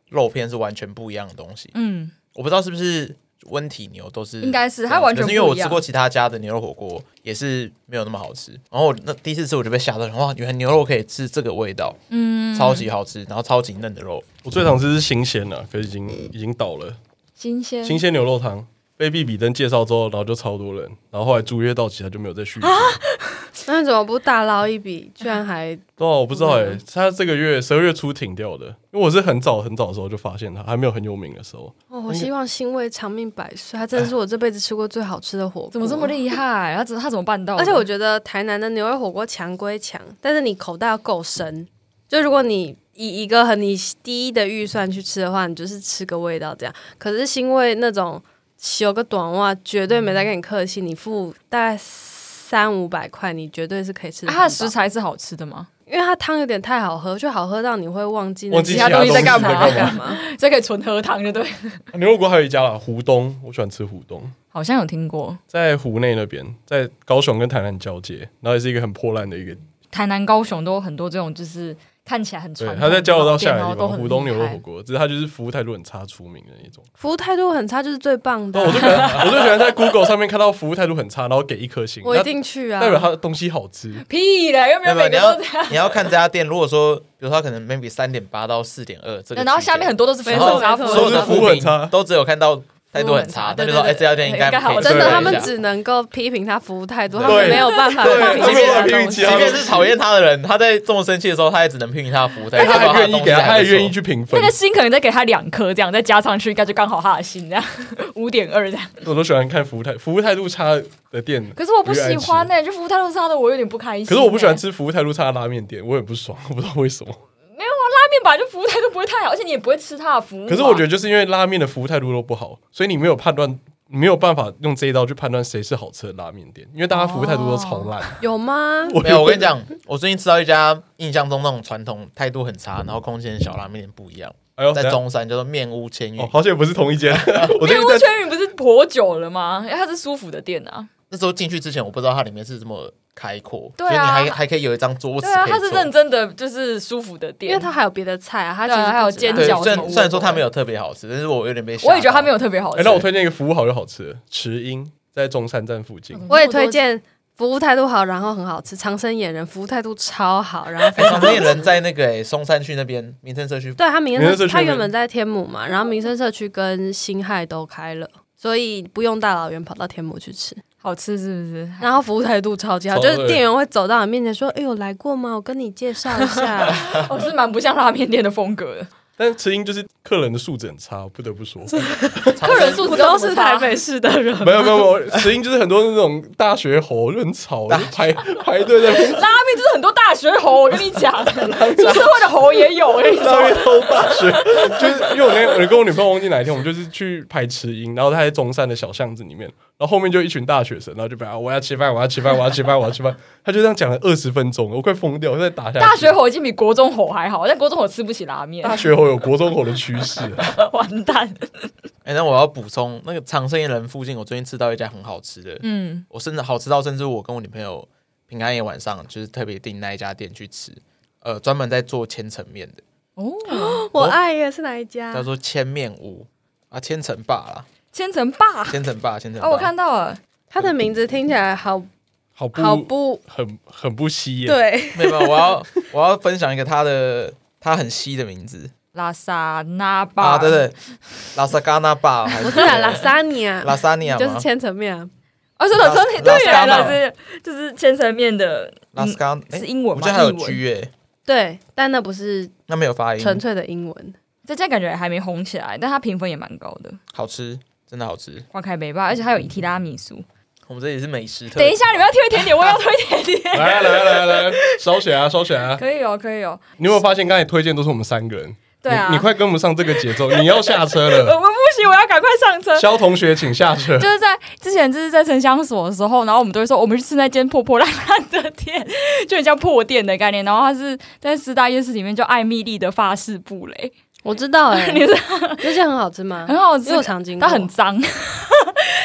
[SPEAKER 1] 肉片是完全不一样的东西。
[SPEAKER 3] 嗯，
[SPEAKER 1] 我不知道是不是温体牛都是这样子，
[SPEAKER 3] 应该是它完全
[SPEAKER 1] 可是因为
[SPEAKER 3] 不
[SPEAKER 1] 我
[SPEAKER 3] 一样
[SPEAKER 1] 吃过其他家的牛肉火锅，也是没有那么好吃。然后我那第一次吃我就被吓到，哇，原来牛肉可以吃这个味道，嗯，超级好吃，然后超级嫩的肉，
[SPEAKER 2] 我最常吃是新鲜的，可是已经已经倒了。
[SPEAKER 3] 新
[SPEAKER 1] 嗯
[SPEAKER 3] 鲜
[SPEAKER 2] 新鲜牛肉汤被毕比登介绍之后，然后就超多人，然后后来租约到期，他就没有再续约。
[SPEAKER 4] 那你怎么不大捞一笔？居然还
[SPEAKER 2] 对啊，我不知道哎、他这个月十二月初停掉的，因为我是很早很早的时候就发现他，还没有很有名的时候。
[SPEAKER 4] 哦，我希望新味长命百岁，它真的是我这辈子吃过最好吃的火锅。
[SPEAKER 3] 怎么这么厉害？他怎他怎么办到的？
[SPEAKER 4] 而且我觉得台南的牛肉火锅强归强，但是你口袋要够深。就如果你以一个很你低的预算去吃的话，你就是吃个味道这样。可是新味那种有个短袜，绝对没在跟你客气，你付大概三五百块，你绝对是可以吃
[SPEAKER 3] 啊
[SPEAKER 4] 得很饱。
[SPEAKER 3] 它的食材是好吃的吗？
[SPEAKER 4] 因为它汤有点太好喝，就好喝到你会忘记那
[SPEAKER 2] 忘记
[SPEAKER 4] 其他
[SPEAKER 3] 其他
[SPEAKER 4] 东西在
[SPEAKER 3] 东西
[SPEAKER 4] 干嘛
[SPEAKER 3] 在干
[SPEAKER 4] 干嘛。
[SPEAKER 3] 这可以纯喝汤，就对。
[SPEAKER 2] 啊牛肉锅还有一家啦，湖东，我喜欢吃湖东，
[SPEAKER 3] 好像有听过
[SPEAKER 2] 在湖内那边，在高雄跟台南交界，然后也是一个很破烂的一个，
[SPEAKER 3] 台南、高雄都有很多这种，就是看起来很传
[SPEAKER 2] 对，
[SPEAKER 3] 统
[SPEAKER 2] 他在
[SPEAKER 3] 的老店，
[SPEAKER 2] 交流道下来
[SPEAKER 3] 然
[SPEAKER 2] 的
[SPEAKER 3] 后
[SPEAKER 2] 地
[SPEAKER 3] 都
[SPEAKER 2] 方，
[SPEAKER 3] 很
[SPEAKER 2] 湖东
[SPEAKER 3] 厉
[SPEAKER 2] 牛肉
[SPEAKER 3] 害
[SPEAKER 2] 火锅，只是他就是服务态度很差出名的那种。
[SPEAKER 4] 服务态度很差，就是最棒的
[SPEAKER 2] 但我
[SPEAKER 4] 啊、
[SPEAKER 2] 就喜欢，我就喜欢在 Google 上面看到服务态度很差，然后给一颗星，
[SPEAKER 4] 我一定去
[SPEAKER 2] 那
[SPEAKER 4] 啊！
[SPEAKER 2] 代表他的东西好吃。
[SPEAKER 3] 屁嘞，又没
[SPEAKER 1] 没有没
[SPEAKER 3] 有
[SPEAKER 1] 有
[SPEAKER 3] 每
[SPEAKER 1] 你
[SPEAKER 3] 个
[SPEAKER 1] 要
[SPEAKER 3] 都这样。
[SPEAKER 1] 你要看这家店，如果说比如说它可能 maybe 三点八到四点二这个，
[SPEAKER 3] 然后下面很。多都是
[SPEAKER 1] 然
[SPEAKER 3] 粉
[SPEAKER 1] 后
[SPEAKER 3] 粉
[SPEAKER 4] 没
[SPEAKER 3] 沙粉
[SPEAKER 4] 错没错
[SPEAKER 1] 所有的
[SPEAKER 2] 都是服
[SPEAKER 1] 服
[SPEAKER 2] 务很
[SPEAKER 1] 评
[SPEAKER 2] 差
[SPEAKER 1] 都只有看到态度很差，
[SPEAKER 3] 服务很差
[SPEAKER 1] 那就说
[SPEAKER 3] 对对
[SPEAKER 1] 哎，这家店应该
[SPEAKER 3] 对应该
[SPEAKER 1] 可
[SPEAKER 3] 好
[SPEAKER 1] 以
[SPEAKER 3] 吃
[SPEAKER 4] 真
[SPEAKER 1] 试
[SPEAKER 4] 的，
[SPEAKER 1] 一下
[SPEAKER 4] 他们只能够批评他服务态度，
[SPEAKER 1] 对
[SPEAKER 4] 他们没有办法
[SPEAKER 2] 对
[SPEAKER 4] 批
[SPEAKER 2] 他没
[SPEAKER 4] 评其
[SPEAKER 2] 有办
[SPEAKER 4] 他
[SPEAKER 2] 法批评
[SPEAKER 4] 东
[SPEAKER 2] 其
[SPEAKER 4] 西
[SPEAKER 2] 他。
[SPEAKER 1] 即便是讨厌他的人，他在这么生气的时候，他也只能批评他的服务态
[SPEAKER 2] 但
[SPEAKER 1] 度，
[SPEAKER 2] 哎他
[SPEAKER 1] 代表
[SPEAKER 2] 还愿
[SPEAKER 1] 的
[SPEAKER 2] 意给
[SPEAKER 1] 东
[SPEAKER 2] 他，
[SPEAKER 1] 西
[SPEAKER 2] 他
[SPEAKER 1] 还
[SPEAKER 2] 也
[SPEAKER 1] 不错
[SPEAKER 2] 愿意去评分
[SPEAKER 3] 那。个心可能再给他两颗这样，再加上去，应该就刚好他的心这样，五点二这样。
[SPEAKER 2] 我都喜欢看服务态服务态度差的店，
[SPEAKER 3] 可是我不喜欢呢、就服务态度差的，我有点不开心、欸
[SPEAKER 2] 可是我不喜欢，吃服务态度差的拉面店，我很不爽， 我不知道为什么。
[SPEAKER 3] 拉面本来就服务态度不会太好，而且你也不会吃他的服务啊。
[SPEAKER 2] 可是我觉得就是因为拉面的服务态度都不好，所以你没有判断，你没有办法用这一刀去判断谁是好吃的拉面店，因为大家服务态度都超烂。
[SPEAKER 4] 有吗？
[SPEAKER 1] 哦没有，我跟你讲，我最近吃到一家印象中那种传统态度很差，然后空间小拉面店不一样，
[SPEAKER 2] 哎呦，
[SPEAKER 1] 在
[SPEAKER 2] 等一下
[SPEAKER 1] 中山叫做面屋千玉
[SPEAKER 2] 哦，。好险不是同 一间。我最
[SPEAKER 3] 因为
[SPEAKER 2] 近
[SPEAKER 3] 乌
[SPEAKER 2] 在
[SPEAKER 3] 圈云不是颇久了吗？因为它是舒服的店啊，
[SPEAKER 1] 那时候进去之前，我不知道它里面是这么开阔，
[SPEAKER 3] 对啊
[SPEAKER 1] 所以你还还可以有一张桌子
[SPEAKER 3] 对啊，
[SPEAKER 1] 可
[SPEAKER 3] 它
[SPEAKER 1] 以
[SPEAKER 3] 是
[SPEAKER 1] 坐。
[SPEAKER 3] 认真的，就是舒服的店。
[SPEAKER 4] 因为他还有别的菜啊，他其实
[SPEAKER 3] 对啊还有煎
[SPEAKER 1] 对，
[SPEAKER 3] 饺
[SPEAKER 1] 虽
[SPEAKER 3] 什么
[SPEAKER 1] 然虽然说
[SPEAKER 3] 我
[SPEAKER 1] 它没有特别好吃，但是我有点被吓到。
[SPEAKER 3] 我也觉得 它没有特别好
[SPEAKER 2] 哎、
[SPEAKER 3] 吃。
[SPEAKER 2] 那我推荐一个服务好又好吃的，池英在中山站附近。
[SPEAKER 1] 嗯
[SPEAKER 4] 我也推荐服务态度好，然后很好吃。长生野人服务态度超好，然后非
[SPEAKER 1] 哎。常
[SPEAKER 4] 常好
[SPEAKER 1] 常有人在那个哎松山区那边民生社区
[SPEAKER 4] 对他民
[SPEAKER 2] 民生
[SPEAKER 4] 生
[SPEAKER 2] 社
[SPEAKER 4] 社
[SPEAKER 2] 区
[SPEAKER 4] 区，他原本在天母嘛，然后民生社区跟新亥都开了。所以不用大老远跑到天母去吃，
[SPEAKER 3] 好吃是不是？
[SPEAKER 4] 然后服务态度超级好，
[SPEAKER 2] 超
[SPEAKER 4] 就是
[SPEAKER 2] 对
[SPEAKER 4] 店员会走到你面前说：“哎呦，来过吗？我跟你介绍一下。”
[SPEAKER 3] 我哦是蛮不像拉面店的 风格的，
[SPEAKER 2] 但池英就是客人的素质很差，不得不说。
[SPEAKER 1] 长
[SPEAKER 3] 客人
[SPEAKER 1] 生
[SPEAKER 3] 素
[SPEAKER 4] 不
[SPEAKER 3] 质
[SPEAKER 4] 都
[SPEAKER 3] 都
[SPEAKER 4] 是台北市 的人，
[SPEAKER 2] 没有没有没有，池英就是很多那种大学猴，就很吵，就排排队在那边
[SPEAKER 3] 拉面就是很多大学猴，我跟你 讲，出社会的猴也有，我跟你
[SPEAKER 2] 上
[SPEAKER 3] 说
[SPEAKER 2] 面。都大学， 就是因为我那我跟我女朋友忘记哪一天，我们就是去排池英，然后她在中山的小巷子里面，然后后面就一群大学生，然后就把啊我要吃饭，我要吃饭，我要吃饭，我要吃饭，她就这样讲了二十分钟，我快疯掉，我在打下去
[SPEAKER 3] 大学。猴已经比国中猴还好，但国中猴吃不起拉面，
[SPEAKER 2] 大学猴有国中猴的趋势，
[SPEAKER 3] 完蛋。
[SPEAKER 1] 哎、那我要补充，那个长生园人附近，我最近吃到一家很好吃的，
[SPEAKER 3] 嗯，
[SPEAKER 1] 我甚至好吃到，甚至我跟我女朋友平安夜晚上就是特别订那一家店去吃，呃，专门在做千层面的，
[SPEAKER 3] 哦，啊
[SPEAKER 4] 我爱耶，是哪一家
[SPEAKER 1] 叫？做千面屋。啊，千层霸啦，
[SPEAKER 3] 千层霸
[SPEAKER 1] 千层霸，千层霸。
[SPEAKER 3] 哦，我看到了，
[SPEAKER 4] 它的名字听起来好
[SPEAKER 2] 好不
[SPEAKER 4] 好不
[SPEAKER 2] 很很不吸眼，
[SPEAKER 4] 对，
[SPEAKER 1] 没有，没有我要我要分享一个他的他很稀的名字
[SPEAKER 3] 拉萨那霸，
[SPEAKER 1] 啊，对对，拉萨嘎纳霸，还
[SPEAKER 4] 不是啊拉萨尼亚，
[SPEAKER 1] 拉萨尼亚
[SPEAKER 4] 就是
[SPEAKER 1] 吗？
[SPEAKER 4] 千层面啊，
[SPEAKER 3] 哦，真的，
[SPEAKER 1] 拉
[SPEAKER 3] 真的太远
[SPEAKER 1] 拉
[SPEAKER 3] 了，
[SPEAKER 1] 萨
[SPEAKER 3] 是就是千层面的，
[SPEAKER 1] 拉斯嘎
[SPEAKER 3] 嗯是
[SPEAKER 1] 诶
[SPEAKER 3] 英文
[SPEAKER 1] 我
[SPEAKER 3] 吗？
[SPEAKER 1] 觉得还有
[SPEAKER 3] 译文
[SPEAKER 1] G 诶，
[SPEAKER 4] 对，但那不是
[SPEAKER 1] 那没有发音，
[SPEAKER 4] 纯粹的英文。
[SPEAKER 3] 这家感觉还没红起来，但它评分也蛮高的，
[SPEAKER 1] 好吃，真的好吃。
[SPEAKER 3] 花开北霸，而且还有提拉米苏。
[SPEAKER 1] 我们这里是美食特
[SPEAKER 3] 等一下，你们要推甜点，我也要推甜 点，
[SPEAKER 2] 来啊来啊来啊来啊，烧起来啊烧起来 啊！
[SPEAKER 3] 可以哦，可以哦，
[SPEAKER 2] 你有没有发现刚才推荐都是我们三个人？
[SPEAKER 3] 对啊，呃
[SPEAKER 2] 你，你快跟不上这个节奏，你要下车
[SPEAKER 3] 我
[SPEAKER 2] 了。
[SPEAKER 3] 们不行，我要赶快上 车。
[SPEAKER 2] 肖同学，请下车。
[SPEAKER 3] 啊就是在之前就是在城乡所的时候，然后我们都会说我们去吃那间破破烂烂的店，就很像破店的概念。然后它是在师大夜市里面叫艾蜜莉的法式布雷，
[SPEAKER 4] 我知道
[SPEAKER 1] 嗯
[SPEAKER 4] 哎、
[SPEAKER 3] 你知
[SPEAKER 4] 这些很好吃吗？
[SPEAKER 3] 很好吃
[SPEAKER 4] 因为我常经过，
[SPEAKER 3] 它很脏，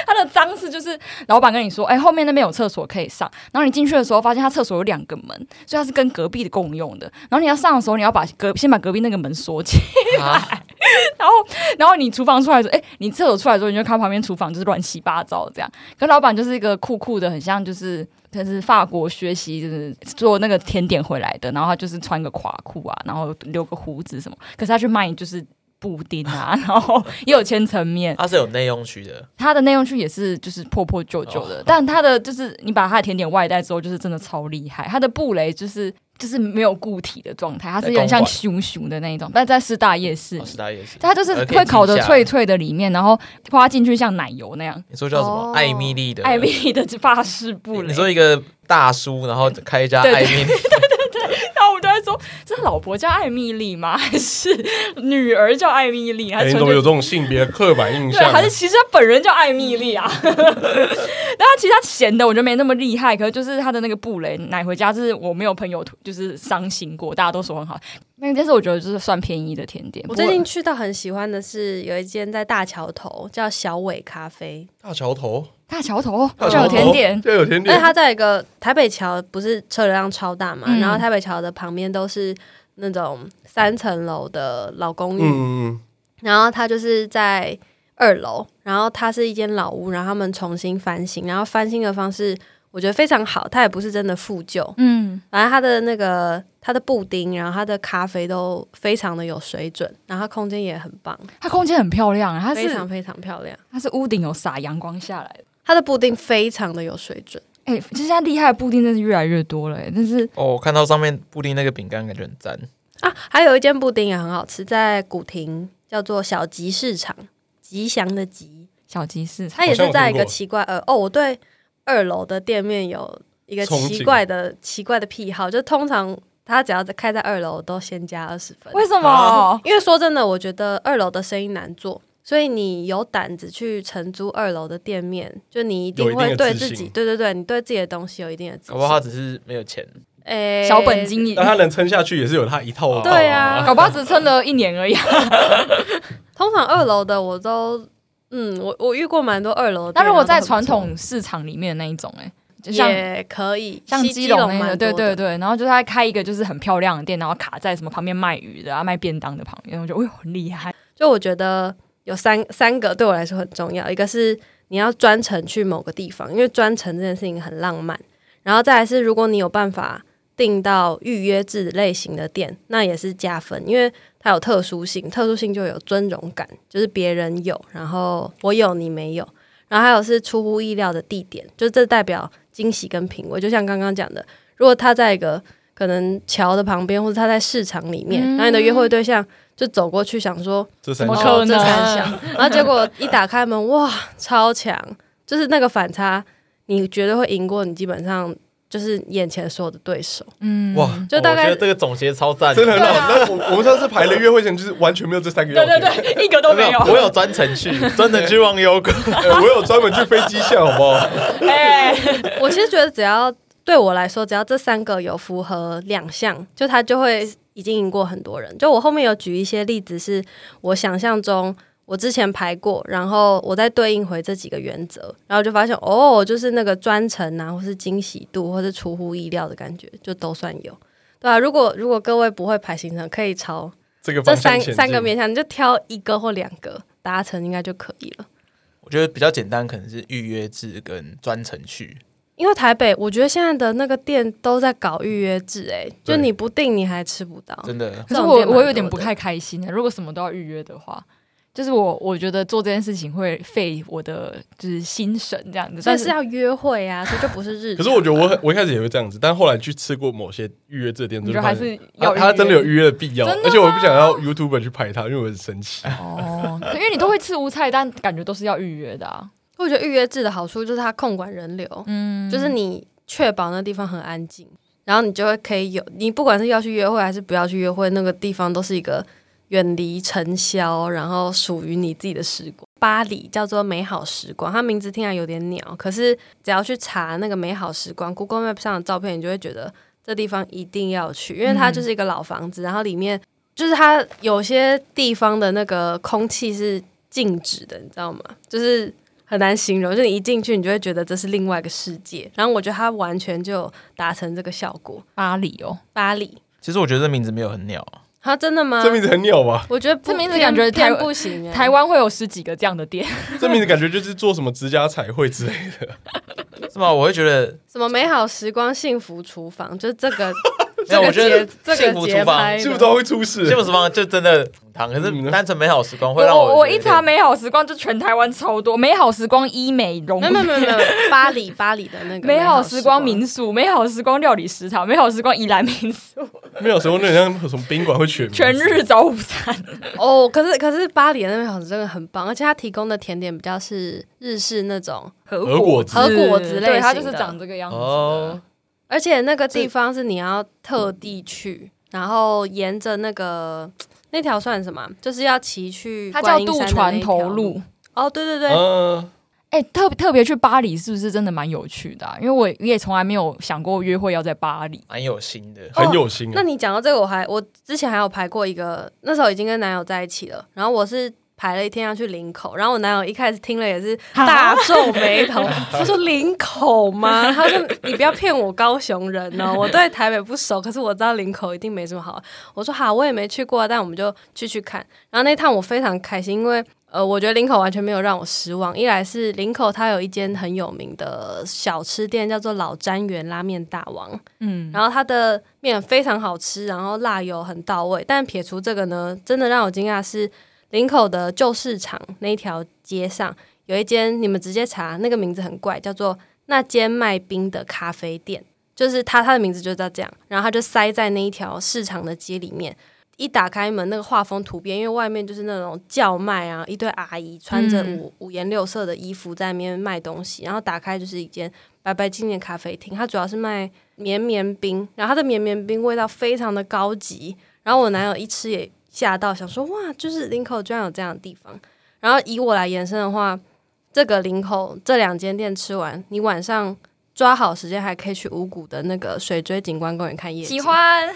[SPEAKER 3] 它的脏是就是老板跟你说，哎、后面那边有厕所可以上，然后你进去的时候发现它厕所有两个门，所以它是跟隔壁的共用的。然后你要上的时候，你要把隔先把隔壁那个门锁起，
[SPEAKER 1] 啊，
[SPEAKER 3] 然后然后你厨房出来的时候，哎、你厕所出来的时候，你就看旁边厨房就是乱七八糟这样。可老板就是一个酷酷的，很像就是。就是法国学习，就是做那个甜点回来的，然后他就是穿个垮裤啊，然后留个胡子什么。可是他去卖就是布丁啊， 然后也有千层面，
[SPEAKER 1] 它是有内用区的，
[SPEAKER 3] 它的内容区也是就是破破旧旧
[SPEAKER 1] 哦
[SPEAKER 3] 的，但它的就是你把它的甜点外带之后，就是真的超厉害。它的布雷就是就是没有固体的状态，它是有点像熊熊的那一种，但在师大夜市
[SPEAKER 1] 哦，，是大夜市。
[SPEAKER 3] 它就是会烤的脆脆的里面，然后花进去像奶油那样。
[SPEAKER 1] 你说叫什么？
[SPEAKER 4] 哦
[SPEAKER 1] 艾米丽的
[SPEAKER 3] 艾米丽的法式布
[SPEAKER 1] 你
[SPEAKER 3] 雷，
[SPEAKER 1] 说一个大叔，然后开一家
[SPEAKER 3] 对对
[SPEAKER 1] 艾米丽，
[SPEAKER 3] 然后我们都在说，这老婆叫艾米丽吗？还是女儿叫艾米丽？还
[SPEAKER 2] 哎，你
[SPEAKER 3] 是
[SPEAKER 2] 怎
[SPEAKER 3] 纯粹
[SPEAKER 2] 么有这种性别刻板印
[SPEAKER 3] 对，啊
[SPEAKER 2] 象
[SPEAKER 3] 还？是其实他本人叫艾米丽 啊。但他其实他咸的，我觉得没那么厉害。可是就是他的那个布雷奶回家，就是我没有朋友就是伤心过，大家都说很好。那件事我觉得就是算便宜的甜点。
[SPEAKER 4] 我
[SPEAKER 3] 不
[SPEAKER 4] 最
[SPEAKER 3] 过
[SPEAKER 4] 近去到很喜欢的是有一间在大桥头叫小伟咖啡，
[SPEAKER 2] 大桥头，
[SPEAKER 3] 大桥头
[SPEAKER 2] 大
[SPEAKER 3] 就
[SPEAKER 2] 桥
[SPEAKER 3] 有
[SPEAKER 2] 头
[SPEAKER 3] 甜点，
[SPEAKER 2] 就有甜
[SPEAKER 4] 而且
[SPEAKER 2] 点。
[SPEAKER 4] 它在一个台北桥，不是车流量超大嘛，
[SPEAKER 3] 嗯
[SPEAKER 4] 然后台北桥的旁边都是那种三层楼的老公寓，
[SPEAKER 2] 嗯，嗯
[SPEAKER 4] 然后它就是在二楼，然后它是一间老屋，然后他们重新翻新，然后翻新的方式我觉得非常好，它也不是真的复旧，
[SPEAKER 3] 嗯，
[SPEAKER 4] 反正它的那个它的布丁，然后它的咖啡都非常的有水准，然后它空间也很棒，
[SPEAKER 3] 它空间很漂亮，啊它
[SPEAKER 4] 非
[SPEAKER 3] 是
[SPEAKER 4] 常非常漂亮。
[SPEAKER 3] 它是屋顶有洒阳光下来的。
[SPEAKER 4] 它的布丁非常的有水准，
[SPEAKER 3] 哎、其实它厉害的布丁真是越来越多了、哎，但是
[SPEAKER 1] 哦，我看到上面布丁那个饼干，感觉很赞。
[SPEAKER 4] 啊，还有一间布丁也很好吃，在古亭叫做小吉市场，吉祥的吉，
[SPEAKER 3] 小集市场
[SPEAKER 4] 它也
[SPEAKER 2] 好像
[SPEAKER 4] 是
[SPEAKER 2] 有
[SPEAKER 4] 在一
[SPEAKER 2] 听
[SPEAKER 4] 个
[SPEAKER 2] 过
[SPEAKER 4] 奇怪呃哦，我对二楼的店面有一个
[SPEAKER 2] 憧憬
[SPEAKER 4] 奇怪的奇怪的癖好，就通常它只要在开在二楼，我都先加二十分，
[SPEAKER 3] 为什么？
[SPEAKER 1] 啊
[SPEAKER 4] 因为说真的，我觉得二楼的生意难做。所以你有胆子去承租二楼的店面，就你一
[SPEAKER 2] 有
[SPEAKER 4] 定
[SPEAKER 2] 一定
[SPEAKER 4] 会
[SPEAKER 2] 的
[SPEAKER 4] 对
[SPEAKER 2] 自
[SPEAKER 4] 自己，
[SPEAKER 2] 信
[SPEAKER 4] 对对对，你对自己的东西有一定的自
[SPEAKER 1] 搞不好
[SPEAKER 4] 信。
[SPEAKER 1] 他只是没有钱，
[SPEAKER 4] 诶
[SPEAKER 3] 小本经营
[SPEAKER 2] 但，他能撑下去也是有他一
[SPEAKER 3] 哦
[SPEAKER 2] 套。
[SPEAKER 4] 对啊
[SPEAKER 3] 搞不好只撑了一年而 已、啊
[SPEAKER 4] 通常二楼的我都，嗯，我我遇过蛮多二楼的店。
[SPEAKER 3] 那如果
[SPEAKER 4] 然
[SPEAKER 3] 在
[SPEAKER 4] 后都很
[SPEAKER 3] 传
[SPEAKER 4] 不错
[SPEAKER 3] 统市场里面的那一种、哎，就像
[SPEAKER 4] 也可以，
[SPEAKER 3] 像
[SPEAKER 4] 西
[SPEAKER 3] 基隆那
[SPEAKER 4] 蛮
[SPEAKER 3] 个，
[SPEAKER 4] 多
[SPEAKER 3] 对对
[SPEAKER 4] 的，
[SPEAKER 3] 对，然后就是他开一个就是很漂亮的店，然后卡在什么旁边卖鱼的啊、卖便当的旁边，我觉得哎呦很厉害。
[SPEAKER 4] 就我觉得有三三个对我来说很重要，一个是你要专程去某个地方，因为专程这件事情很浪漫，然后再来是如果你有办法订到预约制类型的店，那也是加分，因为它有特殊性，特殊性就有尊荣感，就是别人有，然后我有你没有。然后还有是出乎意料的地点，就这代表惊喜跟品味。就像刚刚讲的，如果他在一个可能桥的旁边，或者他在市场里面，
[SPEAKER 3] 嗯
[SPEAKER 4] 然后你的约会对象就走过去想说，
[SPEAKER 2] 这三
[SPEAKER 3] 怎么
[SPEAKER 2] 家
[SPEAKER 3] 可能
[SPEAKER 4] 这三项， 然后结果一打开门，哇，超强！就是那个反差，你绝对会赢过你基本上就是眼前所有的对手。
[SPEAKER 3] 嗯，
[SPEAKER 2] 哇，
[SPEAKER 4] 就大
[SPEAKER 1] 哦
[SPEAKER 4] 概
[SPEAKER 1] 我觉得这个总结超赞，
[SPEAKER 2] 真的很
[SPEAKER 3] 对
[SPEAKER 2] 好。
[SPEAKER 3] 啊
[SPEAKER 2] 那我我们上次排的约会前就是完全没有这三个要
[SPEAKER 3] 对
[SPEAKER 2] 点。
[SPEAKER 3] 对对，一个都没有。
[SPEAKER 1] 我有专程 去，专程去忘忧谷。
[SPEAKER 2] 哎我有专门去飞机巷，好不 好？
[SPEAKER 3] 哎，
[SPEAKER 4] 我其实觉得只要对我来说，只要这三个有符合两项，就他就会已经赢过很多人。就我后面有举一些例子，是我想象中我之前排过，然后我再对应回这几个原则，然后就发现哦，就是那个专程啊，或是惊喜度，或是出乎意料的感觉，就都算有。对啊，如果如果各位不会排行程，可以朝
[SPEAKER 2] 这个方
[SPEAKER 4] 这
[SPEAKER 2] 向
[SPEAKER 4] 三
[SPEAKER 2] 前进
[SPEAKER 4] 三个面向，你就挑一个或两个，达成应该就可以了。
[SPEAKER 1] 我觉得比较简单，可能是预约制跟专程去。
[SPEAKER 4] 因为台北，我觉得现在的那个店都在搞预约制、欸，哎，就
[SPEAKER 2] 对
[SPEAKER 4] 你不订你还吃不到。
[SPEAKER 1] 真的，
[SPEAKER 3] 可是我
[SPEAKER 4] 这种店蛮多的
[SPEAKER 3] 我有点不太开心的，如果什么都要预约的话，就是我我觉得做这件事情会费我的就是心神这样子，
[SPEAKER 4] 所以
[SPEAKER 3] 但
[SPEAKER 4] 是要约会啊，所以就不是日常。
[SPEAKER 2] 可是我觉得我很我一开始也会这样子，但后来去吃过某些预约制的店，
[SPEAKER 3] 你
[SPEAKER 2] 就
[SPEAKER 3] 觉得
[SPEAKER 2] 发
[SPEAKER 3] 还
[SPEAKER 2] 现
[SPEAKER 3] 是
[SPEAKER 2] 他
[SPEAKER 3] 要
[SPEAKER 2] 他真的有
[SPEAKER 3] 约
[SPEAKER 2] 预约的必要，
[SPEAKER 3] 真的
[SPEAKER 2] 而且我不想要 YouTuber 去拍他，因为我很生气。
[SPEAKER 3] 哦， 可因为你都会吃无菜单，感觉都是要预约的啊。
[SPEAKER 4] 我觉得预约制的好处就是它控管人流，
[SPEAKER 3] 嗯，
[SPEAKER 4] 就是你确保那地方很安静，然后你就会可以有，你不管是要去约会还是不要去约会，那个地方都是一个远离尘嚣，然后属于你自己的时光。巴黎叫做美好时光，它名字听起来有点鸟，可是只要去查那个美好时光 Google Map 上的照片，你就会觉得这地方一定要去，因为
[SPEAKER 3] 嗯
[SPEAKER 4] 它就是一个老房子，然后里面就是它有些地方的那个空气是静止的，你知道吗？就是很难形容，就你一进去，你就会觉得这是另外一个世界。然后我觉得它完全就达成这个效果。
[SPEAKER 3] 巴黎哦，
[SPEAKER 4] 巴黎，
[SPEAKER 1] 其实我觉得这名字没有很鸟啊，
[SPEAKER 4] 它真的吗？
[SPEAKER 2] 这名字很鸟吧？
[SPEAKER 4] 我觉得不
[SPEAKER 3] 这名字感觉
[SPEAKER 4] 偏
[SPEAKER 3] 台
[SPEAKER 4] 偏不行、欸，
[SPEAKER 3] 台湾会有十几个这样的店，
[SPEAKER 2] 这名字感觉就是做什么指甲彩绘之类 的。
[SPEAKER 1] 是吗？我会觉得，
[SPEAKER 4] 什么美好时光、幸福厨房，就是这个
[SPEAKER 1] 没有，我觉得
[SPEAKER 4] 这
[SPEAKER 1] 幸
[SPEAKER 4] 个
[SPEAKER 1] 福
[SPEAKER 4] 节
[SPEAKER 1] 厨房
[SPEAKER 4] 拍，
[SPEAKER 2] 是不是
[SPEAKER 4] 的。
[SPEAKER 2] 都会出事？
[SPEAKER 1] 幸福厨房就真的很糖，可
[SPEAKER 2] 嗯
[SPEAKER 1] 是单纯美好时光会让
[SPEAKER 3] 我
[SPEAKER 1] 我
[SPEAKER 3] 一
[SPEAKER 1] 觉得
[SPEAKER 3] 查美好时光就全台湾超多，美好时光医美容
[SPEAKER 4] 没。有没有没有 没有，巴黎巴黎的那个
[SPEAKER 3] 美好
[SPEAKER 4] 时
[SPEAKER 3] 时光民宿、美好时光料理食堂、美好时光宜兰民宿，
[SPEAKER 2] 没有时候那很像什么宾馆会取名字
[SPEAKER 3] 全日早午餐，
[SPEAKER 4] 哦，可是可是巴黎的那美好真的很棒，而且它提供的甜点比较是日式那种，
[SPEAKER 3] 和
[SPEAKER 2] 和果子
[SPEAKER 4] 和
[SPEAKER 3] 哦
[SPEAKER 4] 果子类
[SPEAKER 3] 对，它就
[SPEAKER 4] 型
[SPEAKER 3] 是
[SPEAKER 4] 的
[SPEAKER 3] 长这个样子的。
[SPEAKER 2] 哦，
[SPEAKER 4] 而且那个地方是你要特地去，然后沿着那个那条算什么啊？就是要骑去
[SPEAKER 3] 它哦叫
[SPEAKER 4] 观音山
[SPEAKER 3] 渡
[SPEAKER 4] 的
[SPEAKER 3] 船头
[SPEAKER 4] 那一条
[SPEAKER 3] 路
[SPEAKER 4] 路。。哦，对对对，
[SPEAKER 2] 嗯，
[SPEAKER 3] 哎、特特别去巴黎是不是真的蛮有趣的啊、因为我也从来没有想过约会要在巴黎。
[SPEAKER 1] 蛮有心的。
[SPEAKER 2] 很有心
[SPEAKER 4] 那
[SPEAKER 2] 啊。
[SPEAKER 4] 你讲到这个，我还我之前还有排过一个，那时候已经跟男友在一起了，然后我是排了一天要去林口，然后我男友一开始听了也是大皱眉头，他说林口吗？他说你不要骗我高雄人哦，我对台北不熟，可是我知道林口一定没什么好。我说好，我也没去过啊，但我们就去去看。然后那趟我非常开心，因为。呃，我觉得林口完全没有让我失望。一来是林口它有一间很有名的小吃店，叫做老詹园拉面大王，
[SPEAKER 3] 嗯，
[SPEAKER 4] 然后它的面非常好吃，然后辣油很到位。但撇除这个呢，真的让我惊讶是林口的旧市场那一条街上有一间，你们直接查那个名字很怪，叫做那间卖冰的咖啡店，就是它它的名字就叫这样。然后它就塞在那一条市场的街里面。一打开门，那个画风突变，因为外面就是那种叫卖啊，一堆阿姨穿着
[SPEAKER 3] 嗯
[SPEAKER 4] 五、五颜六色的衣服在那边卖东西，然后打开就是一间白白净净的咖啡厅，它主要是卖绵绵冰，然后它的绵绵冰味道非常的高级。然后我男友一吃也吓到，想说哇，就是林口居然有这样的地方。然后以我来延伸的话，这个林口这两间店吃完，你晚上抓好时间还可以去五谷的那个水锥景观公园看夜景。
[SPEAKER 3] 喜 欢。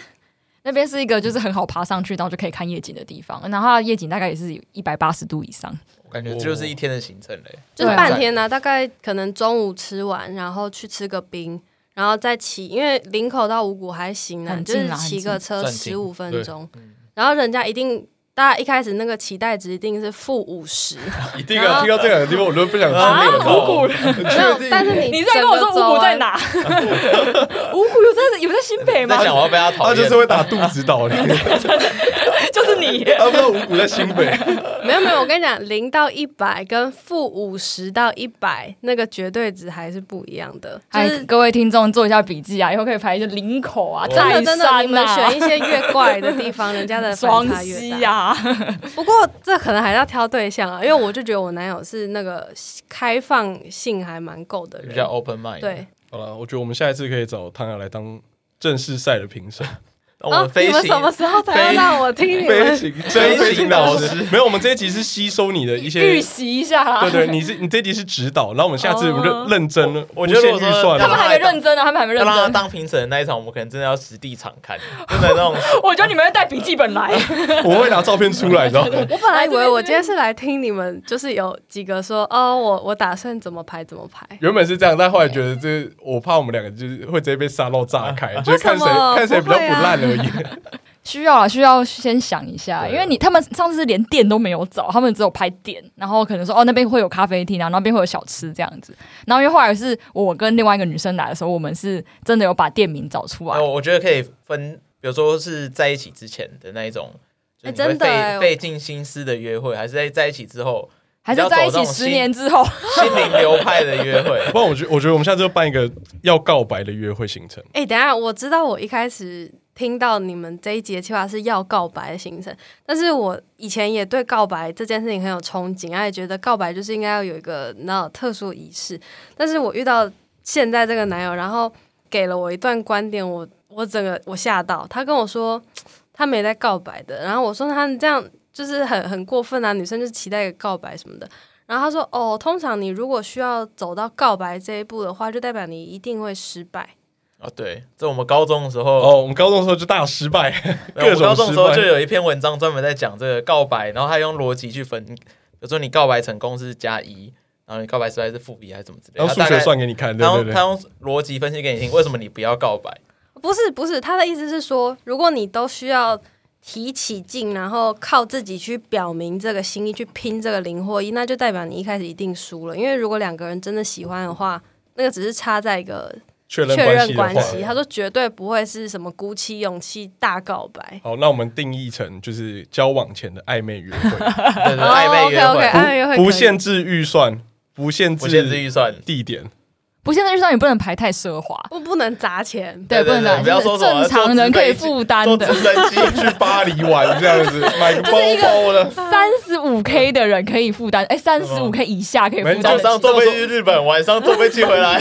[SPEAKER 3] 那边是一个就是很好爬上去，然后就可以看夜景的地方，然后它的夜景大概也是一百八十度以上。
[SPEAKER 1] 我感觉这就是一天的行程嘞。
[SPEAKER 4] 就是
[SPEAKER 3] 对
[SPEAKER 4] 半天呢、大概可能中午吃完，然后去吃个冰，然后再骑，因为林口到五谷还行啊，
[SPEAKER 3] 很
[SPEAKER 4] 就
[SPEAKER 3] 近
[SPEAKER 4] 是
[SPEAKER 3] 啦
[SPEAKER 4] 骑
[SPEAKER 3] 很
[SPEAKER 4] 个
[SPEAKER 3] 近
[SPEAKER 4] 车
[SPEAKER 1] 算近
[SPEAKER 4] 十五分
[SPEAKER 2] 对
[SPEAKER 4] 钟，然后人家一定。大家一开始那个期待值一定是负五十，
[SPEAKER 2] 一定啊，听到这两个地方我都不想去
[SPEAKER 3] 啊
[SPEAKER 2] 那个
[SPEAKER 1] 五谷
[SPEAKER 2] 人，很
[SPEAKER 4] 没有
[SPEAKER 2] 确定。
[SPEAKER 4] 但是你
[SPEAKER 3] 你在跟我说五谷在？哪？啊 五谷有在有在新北
[SPEAKER 1] 在
[SPEAKER 3] 吗？
[SPEAKER 1] 想我要被他讨
[SPEAKER 2] 他
[SPEAKER 1] 厌，
[SPEAKER 2] 就是会打肚子倒的，
[SPEAKER 3] 就是 你。
[SPEAKER 2] 他不知道五谷在新北，
[SPEAKER 4] 没有没有，我跟你讲，零到一百跟负五十到一百那个绝对值还是不一样的，就
[SPEAKER 3] 哎，
[SPEAKER 4] 是
[SPEAKER 3] 各位听众做一下笔记啊，以后可以排一些林口啊、
[SPEAKER 4] 真的
[SPEAKER 3] 泰
[SPEAKER 4] 真的，你
[SPEAKER 3] 山
[SPEAKER 4] 们
[SPEAKER 3] 啊
[SPEAKER 4] 选、一些越怪的地方，人家的反
[SPEAKER 3] 双
[SPEAKER 4] 差越大
[SPEAKER 3] 溪。啊。
[SPEAKER 4] 不过这可能还是要挑对象啊，因为我就觉得我男友是那个开放性还蛮够的
[SPEAKER 1] 比较
[SPEAKER 4] 人，
[SPEAKER 1] open mind。，
[SPEAKER 4] 对，
[SPEAKER 2] 好了，我觉得我们下一次可以找汤雅来当正式赛的评审，
[SPEAKER 1] 那我们
[SPEAKER 4] 哦你
[SPEAKER 1] 飞
[SPEAKER 4] 们
[SPEAKER 1] 行
[SPEAKER 4] 什么时候才要让我听你
[SPEAKER 2] 飞
[SPEAKER 4] 们？
[SPEAKER 2] 行
[SPEAKER 1] 飞行
[SPEAKER 2] 飞行导
[SPEAKER 1] 导
[SPEAKER 2] 师。没有，我们这一集是吸收你的一
[SPEAKER 3] 预
[SPEAKER 2] 些，
[SPEAKER 3] 习一下啊。
[SPEAKER 2] 对对，你是你这一集是指导，然后我们下次我们就认真了，
[SPEAKER 1] 我我觉得
[SPEAKER 2] 不限
[SPEAKER 1] 我说
[SPEAKER 2] 预算
[SPEAKER 3] 他
[SPEAKER 1] 他
[SPEAKER 3] 们
[SPEAKER 2] 了。
[SPEAKER 3] 还没认真啊呢，他们还没
[SPEAKER 1] 要
[SPEAKER 3] 认
[SPEAKER 1] 让他
[SPEAKER 3] 真。
[SPEAKER 1] 当评审的那一场，我们可能真的要实地场看，真的那 种
[SPEAKER 3] 我觉得你们会带笔记本来，
[SPEAKER 2] 我会拿照片出来，你知道吗？
[SPEAKER 4] 我本来以为我今天是来听你们，就是有几个说哦，我我打算怎么排怎么排。
[SPEAKER 2] 原本是这样，但后来觉得这我怕我们两个就是会直接被沙漏炸开，就是看谁
[SPEAKER 4] 为什么
[SPEAKER 2] 看谁比较
[SPEAKER 4] 不
[SPEAKER 2] 不
[SPEAKER 4] 会啊
[SPEAKER 2] 烂而已。
[SPEAKER 3] 需要啊，需要先想一下，
[SPEAKER 1] 对啊
[SPEAKER 3] 因为你他们上次连店都没有找，他们只有拍店，然后可能说哦那边会有咖啡厅啊，然后那边会有小吃这样子。然后因为后来是我跟另外一个女生来的时候，我们是真的有把店名找出来
[SPEAKER 1] 那，我我觉得可以分，比如说是在一起之前的那一种，就
[SPEAKER 4] 哎
[SPEAKER 1] 是你会
[SPEAKER 4] 真的哎
[SPEAKER 1] 费费尽心思的约会，还是在在一起之后
[SPEAKER 3] 还是在一起十年之后，
[SPEAKER 1] 心灵流派的约会？
[SPEAKER 2] 不然我觉我觉得我们下次就办一个要告白的约会行程。
[SPEAKER 4] 哎、等一下，我知道我一开始听到你们这一节计划是要告白的行程，但是我以前也对告白这件事情很有憧憬，啊，也觉得告白就是应该要有一个那种特殊仪式。但是我遇到现在这个男友，然后给了我一段观点，我我整个我吓到，他跟我说他没在告白的，然后我说他这样就是很很过分啊，女生就是期待一个告白什么的。然后他说：“哦，通常你如果需要走到告白这一步的话，就代表你一定会失败。
[SPEAKER 1] 哦，对，这我们高中的时 候，
[SPEAKER 2] 哦，我们高中的时候就大失败，
[SPEAKER 1] 没有
[SPEAKER 2] 各
[SPEAKER 1] 我高中的
[SPEAKER 2] 种失
[SPEAKER 1] 时候就
[SPEAKER 2] 败。
[SPEAKER 1] 有一篇文章专门在讲这个告白，然后他用逻辑去分，比如说你告白成功是加一，然后你告白失败是负一还是怎么之类的，
[SPEAKER 2] 然后数
[SPEAKER 1] 啊他大
[SPEAKER 2] 学
[SPEAKER 1] 概
[SPEAKER 2] 算给你看，对
[SPEAKER 1] 他
[SPEAKER 2] 对
[SPEAKER 1] 用
[SPEAKER 2] 对
[SPEAKER 1] 他。用逻辑分析给你听，为什么你不要告白？
[SPEAKER 4] 不是不是，他的意思是说，如果你都需要提起劲，然后靠自己去表明这个心意，去拼这个零或一，那就代表你一开始一定输了。因为如果两个人真的喜欢的话，那个只是差在一个
[SPEAKER 2] 确认
[SPEAKER 4] 确认
[SPEAKER 2] 关
[SPEAKER 4] 关
[SPEAKER 2] 系
[SPEAKER 4] 系。
[SPEAKER 2] 的话，
[SPEAKER 4] 他说绝对不会是什么鼓起勇气大告白。
[SPEAKER 2] 好，那我们定义成就是交往前的暧昧约会，
[SPEAKER 1] 对
[SPEAKER 3] 哦
[SPEAKER 1] 对，暧昧约
[SPEAKER 4] OK，OK，
[SPEAKER 1] 会，
[SPEAKER 4] 暧昧约会
[SPEAKER 2] 不
[SPEAKER 4] 可以
[SPEAKER 2] 限制预算，不限
[SPEAKER 1] 不限制
[SPEAKER 2] 制
[SPEAKER 1] 预算。
[SPEAKER 2] 地点，
[SPEAKER 3] 不现在预算也不能排太奢华，
[SPEAKER 4] 我不能砸钱，
[SPEAKER 1] 对
[SPEAKER 3] 不
[SPEAKER 1] 对
[SPEAKER 3] 能
[SPEAKER 1] 对
[SPEAKER 3] 讲
[SPEAKER 1] 不要说
[SPEAKER 3] 就是
[SPEAKER 1] 什么
[SPEAKER 3] 正常人可以负担
[SPEAKER 1] 坐直
[SPEAKER 3] 的
[SPEAKER 1] 升机去
[SPEAKER 2] 去巴黎玩这样子， 买个包包的。
[SPEAKER 3] 三十五 K 的人可以负担，哎，三十五 K 以下可以负
[SPEAKER 2] 没
[SPEAKER 1] 早
[SPEAKER 3] 担得
[SPEAKER 1] 上
[SPEAKER 3] 起。
[SPEAKER 1] 坐飞机去日本，晚上坐飞机回 来。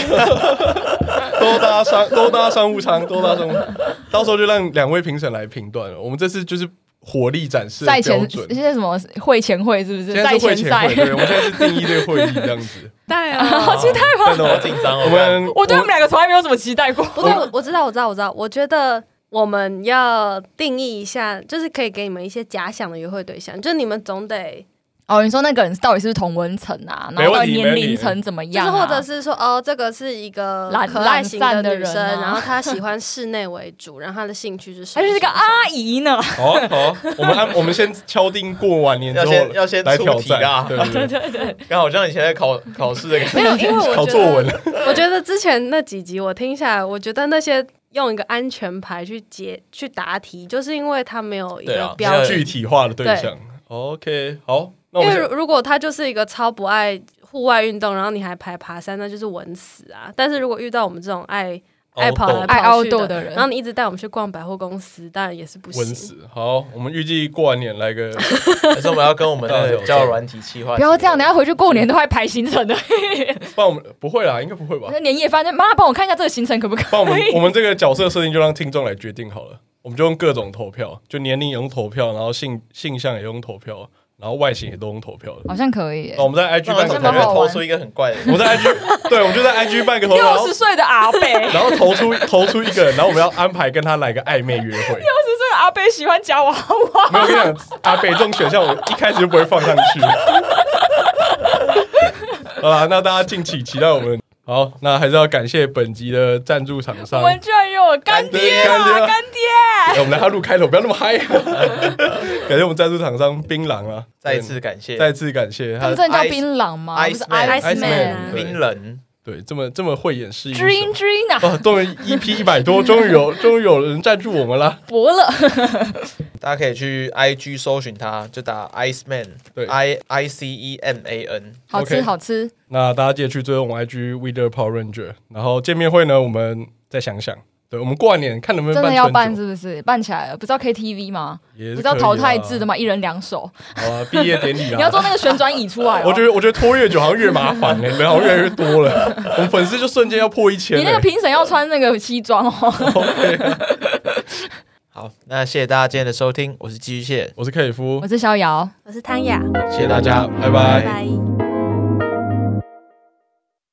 [SPEAKER 2] 都搭商都搭商务舱，都搭商务舱，到时候就让两位评审来评断了。我们这次就是火力展示的
[SPEAKER 3] 赛
[SPEAKER 2] 标
[SPEAKER 3] 前
[SPEAKER 2] 准。
[SPEAKER 3] 现在什么会前会是不是？
[SPEAKER 2] 现在
[SPEAKER 3] 赛
[SPEAKER 2] 是会
[SPEAKER 3] 前
[SPEAKER 2] 前
[SPEAKER 3] 赛
[SPEAKER 2] 会，，对，我们现在是定义这个会议这样子。
[SPEAKER 4] 对 啊，
[SPEAKER 1] 期待
[SPEAKER 3] 吗
[SPEAKER 1] 真的好紧张哦。
[SPEAKER 2] 我们
[SPEAKER 3] 我对他们两个从来没有什么期待过。
[SPEAKER 2] 哦
[SPEAKER 4] 不对，我我知道，我知道，我知道。我觉得我们要定义一下，就是可以给你们一些假想的约会对象，就你们总得
[SPEAKER 3] 哦，你说那个人到底是不是同温层啊？
[SPEAKER 2] 没
[SPEAKER 3] 然后到
[SPEAKER 2] 问
[SPEAKER 3] 底
[SPEAKER 2] 题
[SPEAKER 3] 年
[SPEAKER 2] 没问
[SPEAKER 3] 龄
[SPEAKER 2] 题
[SPEAKER 3] 层怎么
[SPEAKER 4] 就
[SPEAKER 3] 样
[SPEAKER 4] 是
[SPEAKER 3] 啊、
[SPEAKER 4] 或者是说，哦，这个是一个
[SPEAKER 3] 懒
[SPEAKER 4] 可爱型
[SPEAKER 3] 懒散的
[SPEAKER 4] 女
[SPEAKER 3] 人
[SPEAKER 4] 生，
[SPEAKER 3] 啊
[SPEAKER 4] 然后她喜欢室内为主，然后她的兴趣是什
[SPEAKER 3] 她
[SPEAKER 4] 么？
[SPEAKER 3] 就是个阿姨呢？
[SPEAKER 2] 好啊好啊，我们按我们先敲定过完年之后
[SPEAKER 1] 要先要先
[SPEAKER 2] 来
[SPEAKER 1] 出
[SPEAKER 2] 挑
[SPEAKER 1] 题啊
[SPEAKER 2] 战，对 对对，
[SPEAKER 1] 刚好像以前在考考试的感觉。
[SPEAKER 4] 没有，因为我
[SPEAKER 2] 考
[SPEAKER 4] 觉
[SPEAKER 2] 作文
[SPEAKER 4] 得，
[SPEAKER 2] 了。
[SPEAKER 4] 我觉得之前那几集我听下来，我觉得那些用一个安全牌去解去答题，就是因为他没有一
[SPEAKER 1] 对
[SPEAKER 4] 个
[SPEAKER 1] 啊
[SPEAKER 4] 标
[SPEAKER 1] 没有
[SPEAKER 4] 准。
[SPEAKER 2] 具体化的对
[SPEAKER 4] 对
[SPEAKER 2] 象。OK，好，那我们
[SPEAKER 4] 因为
[SPEAKER 2] 先
[SPEAKER 4] 如如果他就是一个超不爱户外运动，然后你还排爬山，那就是稳死啊！但是如果遇到我们这种爱爱跑来
[SPEAKER 3] 爱
[SPEAKER 4] 跑去
[SPEAKER 3] outdoor 的人
[SPEAKER 4] 然后你一直带我们去逛百货公司，当然也是不行。
[SPEAKER 2] 稳死。好，我们预计过完年来个
[SPEAKER 1] 可是我们要跟我们 的交友软体企划，
[SPEAKER 3] 不要这样，等下回去过年都快排行 程的。
[SPEAKER 2] 帮我们不会啦，应该不会吧
[SPEAKER 3] 我？说年夜饭，妈帮我看一下这个行程可不可
[SPEAKER 2] 帮我们
[SPEAKER 3] 以？
[SPEAKER 2] 我们这个角色设定就让听众来决定好了，我们就用各种投票，就年龄也用投票，然后性性向也用投票，然后外形也都用投票的。
[SPEAKER 3] 好像可以耶
[SPEAKER 2] 那、。我们在 IG
[SPEAKER 1] 那我们可
[SPEAKER 2] 办个投
[SPEAKER 3] 这么
[SPEAKER 1] 能
[SPEAKER 3] 好
[SPEAKER 2] 票，
[SPEAKER 1] 投出一个很怪的
[SPEAKER 2] 我。们在 IG 对，我们就在 IG 办个 投票
[SPEAKER 3] 六十，岁的阿 贝，六十
[SPEAKER 2] 然后然后投出投出一个人，然后我们要安排跟他来个暧昧约会。
[SPEAKER 3] 岁的阿贝喜欢夹娃娃，
[SPEAKER 2] 没有，我跟你讲，阿北这种选项我一开始就不会放上去。好啦，那大家敬请期待我们。好，那还是要感谢本集的赞助厂
[SPEAKER 3] 我
[SPEAKER 2] 商。
[SPEAKER 3] 们居然有干爹
[SPEAKER 2] 干爹干爹
[SPEAKER 3] 啊，
[SPEAKER 2] 啊
[SPEAKER 3] 干爹！
[SPEAKER 2] 哎我们来他录开头，不要那么嗨。啊感谢我们赞助厂商槟榔啊，
[SPEAKER 1] 再一次感谢
[SPEAKER 2] 对再次感谢
[SPEAKER 3] 他
[SPEAKER 2] 他
[SPEAKER 3] 们。真的叫槟榔吗？不
[SPEAKER 1] Ice-
[SPEAKER 3] 是
[SPEAKER 1] Iceman
[SPEAKER 3] Ice Man 啊
[SPEAKER 2] 对
[SPEAKER 1] 冰人，
[SPEAKER 2] 对，这么这么慧眼识英
[SPEAKER 3] 知音
[SPEAKER 2] 雄。
[SPEAKER 3] 知音啊，
[SPEAKER 2] 哦，终于 EP 一百多，终于有终于有人赞助我们啦。
[SPEAKER 3] 伯乐。
[SPEAKER 1] 大家可以去 IG 搜寻他，就打 Ice Man，
[SPEAKER 2] 对
[SPEAKER 1] ，I I C E M A N。
[SPEAKER 3] 好吃
[SPEAKER 2] OK
[SPEAKER 3] 好吃，
[SPEAKER 2] 那大家记得去追踪我们 IG Weather Power Ranger，然后见面会呢，我们再想想。对，我们过完年看能不能
[SPEAKER 3] 真的
[SPEAKER 2] 办
[SPEAKER 3] 要
[SPEAKER 2] 春
[SPEAKER 3] 办
[SPEAKER 2] 酒
[SPEAKER 3] 是不是？办起来了，不知道 KTV 吗？
[SPEAKER 2] 也是
[SPEAKER 3] 不知道
[SPEAKER 2] 可以
[SPEAKER 3] 淘
[SPEAKER 2] 啦
[SPEAKER 3] 汰制的吗？一人 两手，
[SPEAKER 2] 好啊，毕业典礼啦。
[SPEAKER 3] 你要做那个旋转椅出来哦。
[SPEAKER 2] 我觉得，我觉得拖越久好像越麻烦嘞、人好像越来越多了。我们粉丝就瞬间要破一千
[SPEAKER 3] 你那
[SPEAKER 2] 了、
[SPEAKER 3] 个评审要穿那个西装哦。
[SPEAKER 2] OK 啊
[SPEAKER 1] 好，那谢谢大家今天的收听，我是寄居蟹，
[SPEAKER 2] 我是克里夫
[SPEAKER 3] 我，是逍遥。
[SPEAKER 4] 我是汤雅，
[SPEAKER 1] 谢谢大家，
[SPEAKER 2] 拜拜
[SPEAKER 4] 拜拜